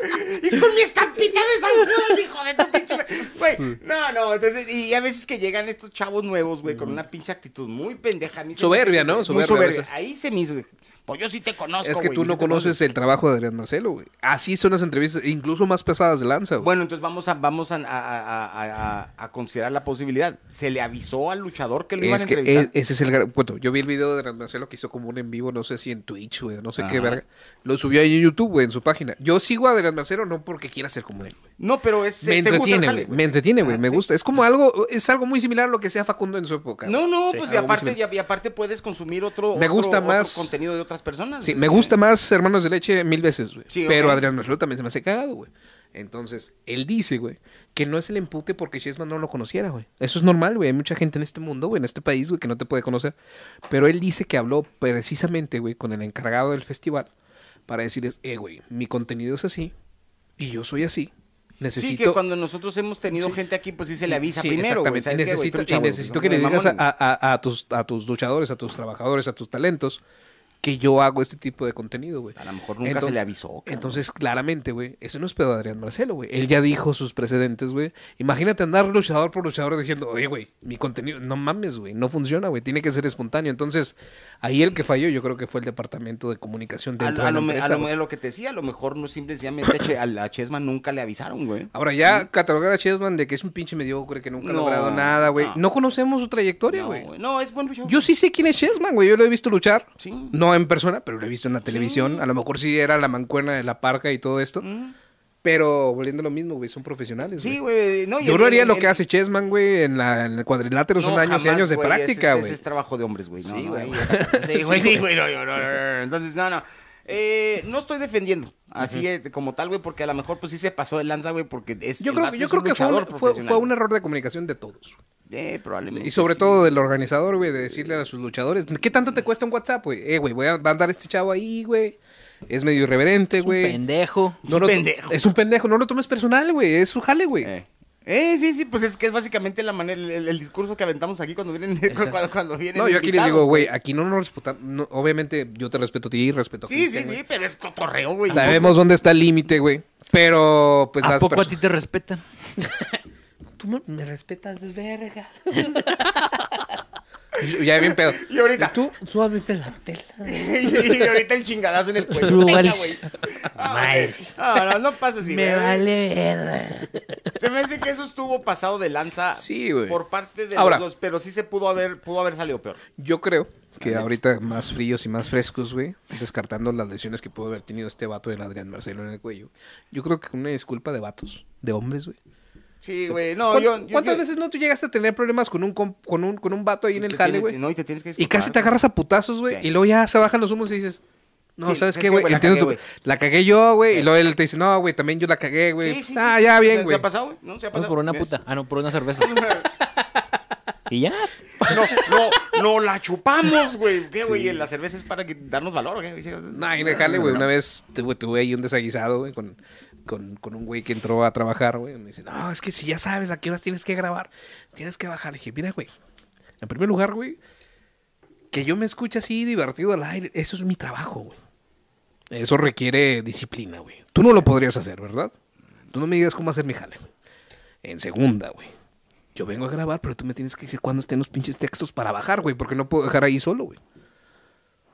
Y con mi estampita de San Judas, hijo de tu pinche. madre. Güey, no, no, entonces, y a veces que llegan estos chavos nuevos, güey, con una pinche actitud muy pendeja. a mí se me
Soberbia,
hace que
¿no?
se- Muy
Soberbia a
soberbia.
veces.
Ahí se me hizo. Pues yo sí te conozco.
es que
güey,
tú
yo
no
te
conoces el trabajo de Adrián Marcelo, güey. Así son las entrevistas, incluso más pesadas de lanza, güey.
Bueno, entonces vamos a, vamos a, a- a- a- a- a considerar la posibilidad. ¿Se le avisó al luchador que lo iban
es
a
que
entrevistar?
e- ese es el gran... Bueno, yo vi el video de Adrián Marcelo que hizo como un en vivo, no sé si en Twitch, güey, no sé qué verga. Lo subió ahí en YouTube, güey, en su página. Yo sigo a Adrián Marcelo no porque quiera ser como él, güey.
No, pero es.
Me
¿te gusta el
entretiene,
jale,
güey. Me entretiene, güey.
Ah,
Me
sí.
gusta. Es como algo, es algo muy similar a lo que sea Facundo en su época. güey.
No, no, pues y
algo muy
aparte, y, y aparte puedes consumir otro,
Me
otro-
gusta
otro
más-
contenido de otras personas.
Sí,
güey.
me gusta más Hermanos de Leche mil veces, güey.
Sí,
Pero
ok.
Adrián Marcelo también se me hace cagado, güey. Entonces, él dice, güey, que no es el empute porque Chessman no lo conociera, güey. Eso es normal, güey. Hay mucha gente en este mundo, güey, en este país, güey, que no te puede conocer. Pero él dice que habló precisamente, güey, con el encargado del festival para decirles, eh, güey, mi contenido es así y yo soy así. Necesito...
Sí, que cuando nosotros hemos tenido gente aquí, pues sí se le avisa
Sí,
primero. güey,
exactamente.
¿sabes qué, güey?
necesito,
Tú,
y
chavo, pues,
necesito
no
que le
me
digas a,
mamones.
a- a tus, a tus luchadores, a tus trabajadores, a tus talentos, que yo hago este tipo de contenido, güey.
A lo mejor nunca se le avisó, cabrón.
Entonces, claramente, güey, eso no es pedo de Adrián Marcelo, güey. Él ya dijo sus precedentes, güey. Imagínate andar luchador por luchador diciendo, oye, güey, mi contenido, no mames, güey, no funciona, güey, tiene que ser espontáneo. Entonces, ahí el que falló, yo creo que fue el departamento de comunicación
A, lo-
dentro
a
de
lo,
la
me- a
empresa,
lo-
güey.
a lo que te decía, a lo mejor no simple y sencillamente che- a la Chesma nunca le avisaron, güey.
Ahora, ya catalogar a Chessman de que es un pinche mediocre, que nunca ha
No,
logrado nada, güey.
no.
No. conocemos su trayectoria,
No,
güey.
güey. No, es buen luchador.
Yo sí sé quién es Chessman, güey. Yo lo he visto luchar.
Sí.
No en persona, pero lo he visto en la televisión. A lo mejor sí era la mancuerna de la parca y todo esto. Pero volviendo a lo mismo, güey, son profesionales,
Mm. Sí,
Pues, güey.
güey. No, y
Yo
el-
no haría
el-
lo que
el-
hace Chessman, güey, en, la- en el cuadrilátero son
No,
años y
jamás,
años de
güey, ese-
práctica,
ese-
güey.
Ese es trabajo de hombres, güey.
Sí,
sí,
güey.
güey. Sí, güey, sí, güey. no, no, no, no. Entonces, no, no. Eh, no estoy defendiendo así eh, como tal, güey, porque a lo mejor pues sí se pasó de lanza, güey, porque es.
Yo
el
creo,
vato
yo
es
creo que fue un,
luchador
fue- fue
profesional.
un error de comunicación de todos. güey.
Eh, probablemente.
Y sobre
sí. Mm.
todo del organizador, güey, de decirle a sus luchadores, ¿qué tanto te cuesta un WhatsApp, güey? Eh, güey, voy a mandar a este chavo ahí, güey. Es medio irreverente,
Es un
güey.
pendejo.
No
un
lo-
pendejo.
Es un pendejo, no lo tomes personal, güey. Es su jale, güey.
Eh. Eh, sí, sí, pues es que es básicamente la manera, el, el discurso que aventamos aquí cuando vienen, cuando, cuando vienen
No, yo aquí les
invitados,
digo, güey, aquí no nos respetamos. obviamente, yo te respeto a ti y respeto a
Sí, sí,
Cristian, güey.
sí, pues, pero es cotorreo, güey.
Sabemos dónde está el límite, güey. Pero, pues,
¿A
las
poco a
personas-
ti te respetan?
Ya bien pedo.
Y ahorita,
¿Tú?
y ahorita el chingadazo en el cuello. Venga, güey. Ah, no, no pasa así, güey. Se me hace que eso estuvo pasado de lanza
Sí, güey.
por parte de
Ahora.
los dos, pero sí se pudo haber, pudo haber salido peor.
Yo creo que ahorita más fríos y más frescos, güey, descartando las lesiones que pudo haber tenido este vato del Adrián Marcelo en el cuello. Yo creo que con una disculpa de vatos, de hombres, güey.
Sí, güey. No,
¿Cuán-
yo. yo-
¿Cuántas
yo-
veces no tú llegaste a tener problemas con un, comp- con un, con un vato ahí en el
te
jale,
tienes-
güey?
No, y te tienes que
Y casi
disculpar,
te agarras a putazos, güey.
Sí.
Y luego ya se bajan los humos y dices, no,
Sí,
¿sabes
es
qué,
que,
güey?
güey, la
Entiendo
cagué,
tu-
güey.
La cagué yo, güey. Y luego él te dice, no, güey, también yo la cagué, güey.
Sí, sí,
ah,
sí,
ya
sí.
bien,
¿Se
güey.
ha pasado, güey? No, se ha
No,
pasado.
por una
Mira,
puta. Ah, no, por una cerveza. y ya.
No, no, no la chupamos, güey. ¿Qué, güey? La cerveza es para que- darnos valor, ¿o ¿qué? Sí,
No, ahí en el jale, güey, una vez tuve, tuve ahí un desaguisado, güey, con, con, con un güey que entró a trabajar, güey. Me dice, no, es que si ya sabes a qué horas tienes que grabar, tienes que bajar. Le dije, mira, güey, en primer lugar, güey, que yo me escuche así divertido al aire, eso es mi trabajo, güey. Eso requiere disciplina, güey. Tú no lo podrías hacer, ¿verdad? Tú no me digas cómo hacer mi jale, güey. En segunda, güey. Yo vengo a grabar, pero tú me tienes que decir cuándo estén los pinches textos para bajar, güey, porque no puedo dejar ahí solo, güey.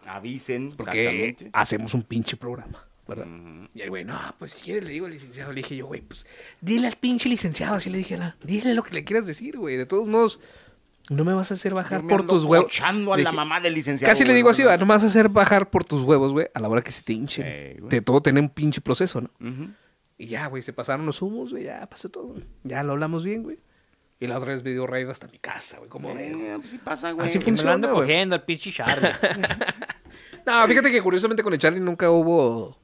Avisen.
Porque
exactamente.
hacemos un pinche programa, ¿verdad? Y el güey, no, pues si quieres le digo al licenciado. Le dije yo, güey, pues dile al pinche licenciado, así le dije, "no, dile lo que le quieras decir, güey. De todos modos, no me vas a hacer bajar
Yo me
por
ando
tus huevos.
cochando a
Le
la
dije,
mamá del licenciado.
Casi le
güey,
digo
no,
así,
no.
va, no me vas a hacer bajar por tus huevos, güey, a la hora que se te hinchen.
Ey, güey.
de todo tener un pinche proceso, ¿no?
Ujú.
Y ya, güey, se pasaron los humos, güey, ya pasó todo. güey. Ya lo hablamos bien, güey. Y la otra vez me dio raid hasta mi casa, güey, ¿cómo ves?
Eh, pues sí pasa, güey.
Así
Y me lo
Funciona,
ando
güey.
cogiendo al pinche Charlie.
No, fíjate que curiosamente con el Charlie nunca hubo.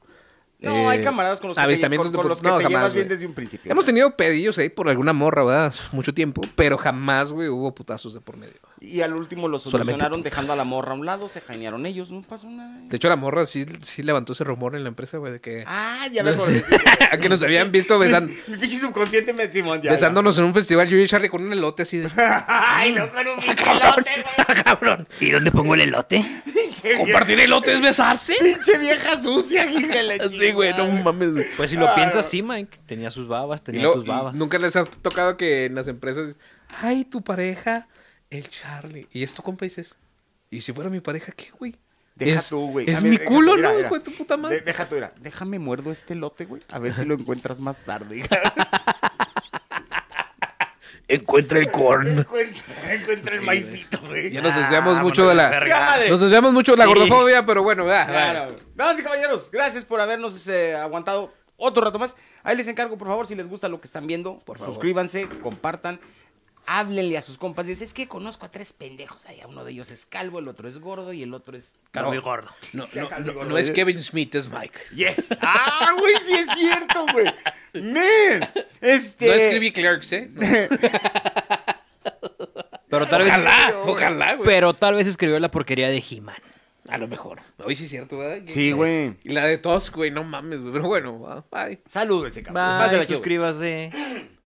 No, hay camaradas con los que te-
Eh, avistamientos
con-
de
con
put-
los que te llevas bien
güey.
desde un principio.
Hemos tenido pedillos ahí por alguna morra, ¿verdad? Hace Mucho tiempo, pero jamás, güey, hubo putazos de por medio.
Y al último lo
Solamente
solucionaron dejando a la morra a un lado, se jainearon ellos, no pasó nada.
De hecho, la morra sí, sí levantó ese rumor en la empresa, güey, de que,
Ah, ya
No
mejor.
sé. que nos habían visto besan-
Mi pinche subconsciente me Simón, ya, ya.
besándonos en un festival. Yo y Charlie con un elote así de. "Ah,
Ay, no, con un pinche elote, güey.
¡Cabrón!
¿Y dónde pongo el elote?
Pinche vieja,
¿Compartir elote es besarse?
pinche vieja sucia, hija de la
Sí, güey, no
chingada.
mames.
Pues si lo piensas, sí, Mike. Tenía sus babas,
Ah. Y
tenía
luego,
tus babas.
Nunca les ha tocado que en las empresas. Ay, tu pareja, el Charlie. ¿Y esto, compa? Dices. ¿Y si fuera mi pareja, qué, güey?
Deja
Es-
tú, güey. A
Es
ver,
mi
deja-
culo,
mira,
¿no?
mira.
Hijo de tu puta madre.
De- deja tú, mira, déjame muerdo este lote, güey, a ver si lo encuentras más tarde. hija.
Encuentra el corn.
encuentra encuentra el maicito, güey.
Ya nos desviamos
ah,
mucho de la.
Ya, madre.
Nos desviamos mucho de la gordofobia, pero bueno, ya, ya.
Claro. Damas y caballeros, gracias por habernos eh, aguantado otro rato más. Ahí les encargo, por favor, si les gusta lo que están viendo, suscríbanse, compartan, háblenle a sus compas. Dices, es que conozco a tres pendejos allá. Uno de ellos es calvo, el otro es gordo y el otro es...
Cargo y gordo.
No, no, no, no es Kevin Smith, es Mike.
Yes. Ah, güey, sí es cierto, güey. Man. Este...
No escribí Clerks, ¿eh?
Pero tal vez.
Ojalá, güey.
Pero tal vez escribió la porquería de He-Man.
A lo mejor. Hoy sí es cierto, ¿verdad?
Sí, güey.
Y la de Tosk, güey, no mames, güey. Pero bueno, va, bye.
Saludos, ese cabrón.
Bye,
Pásala chido, güey.
suscríbase.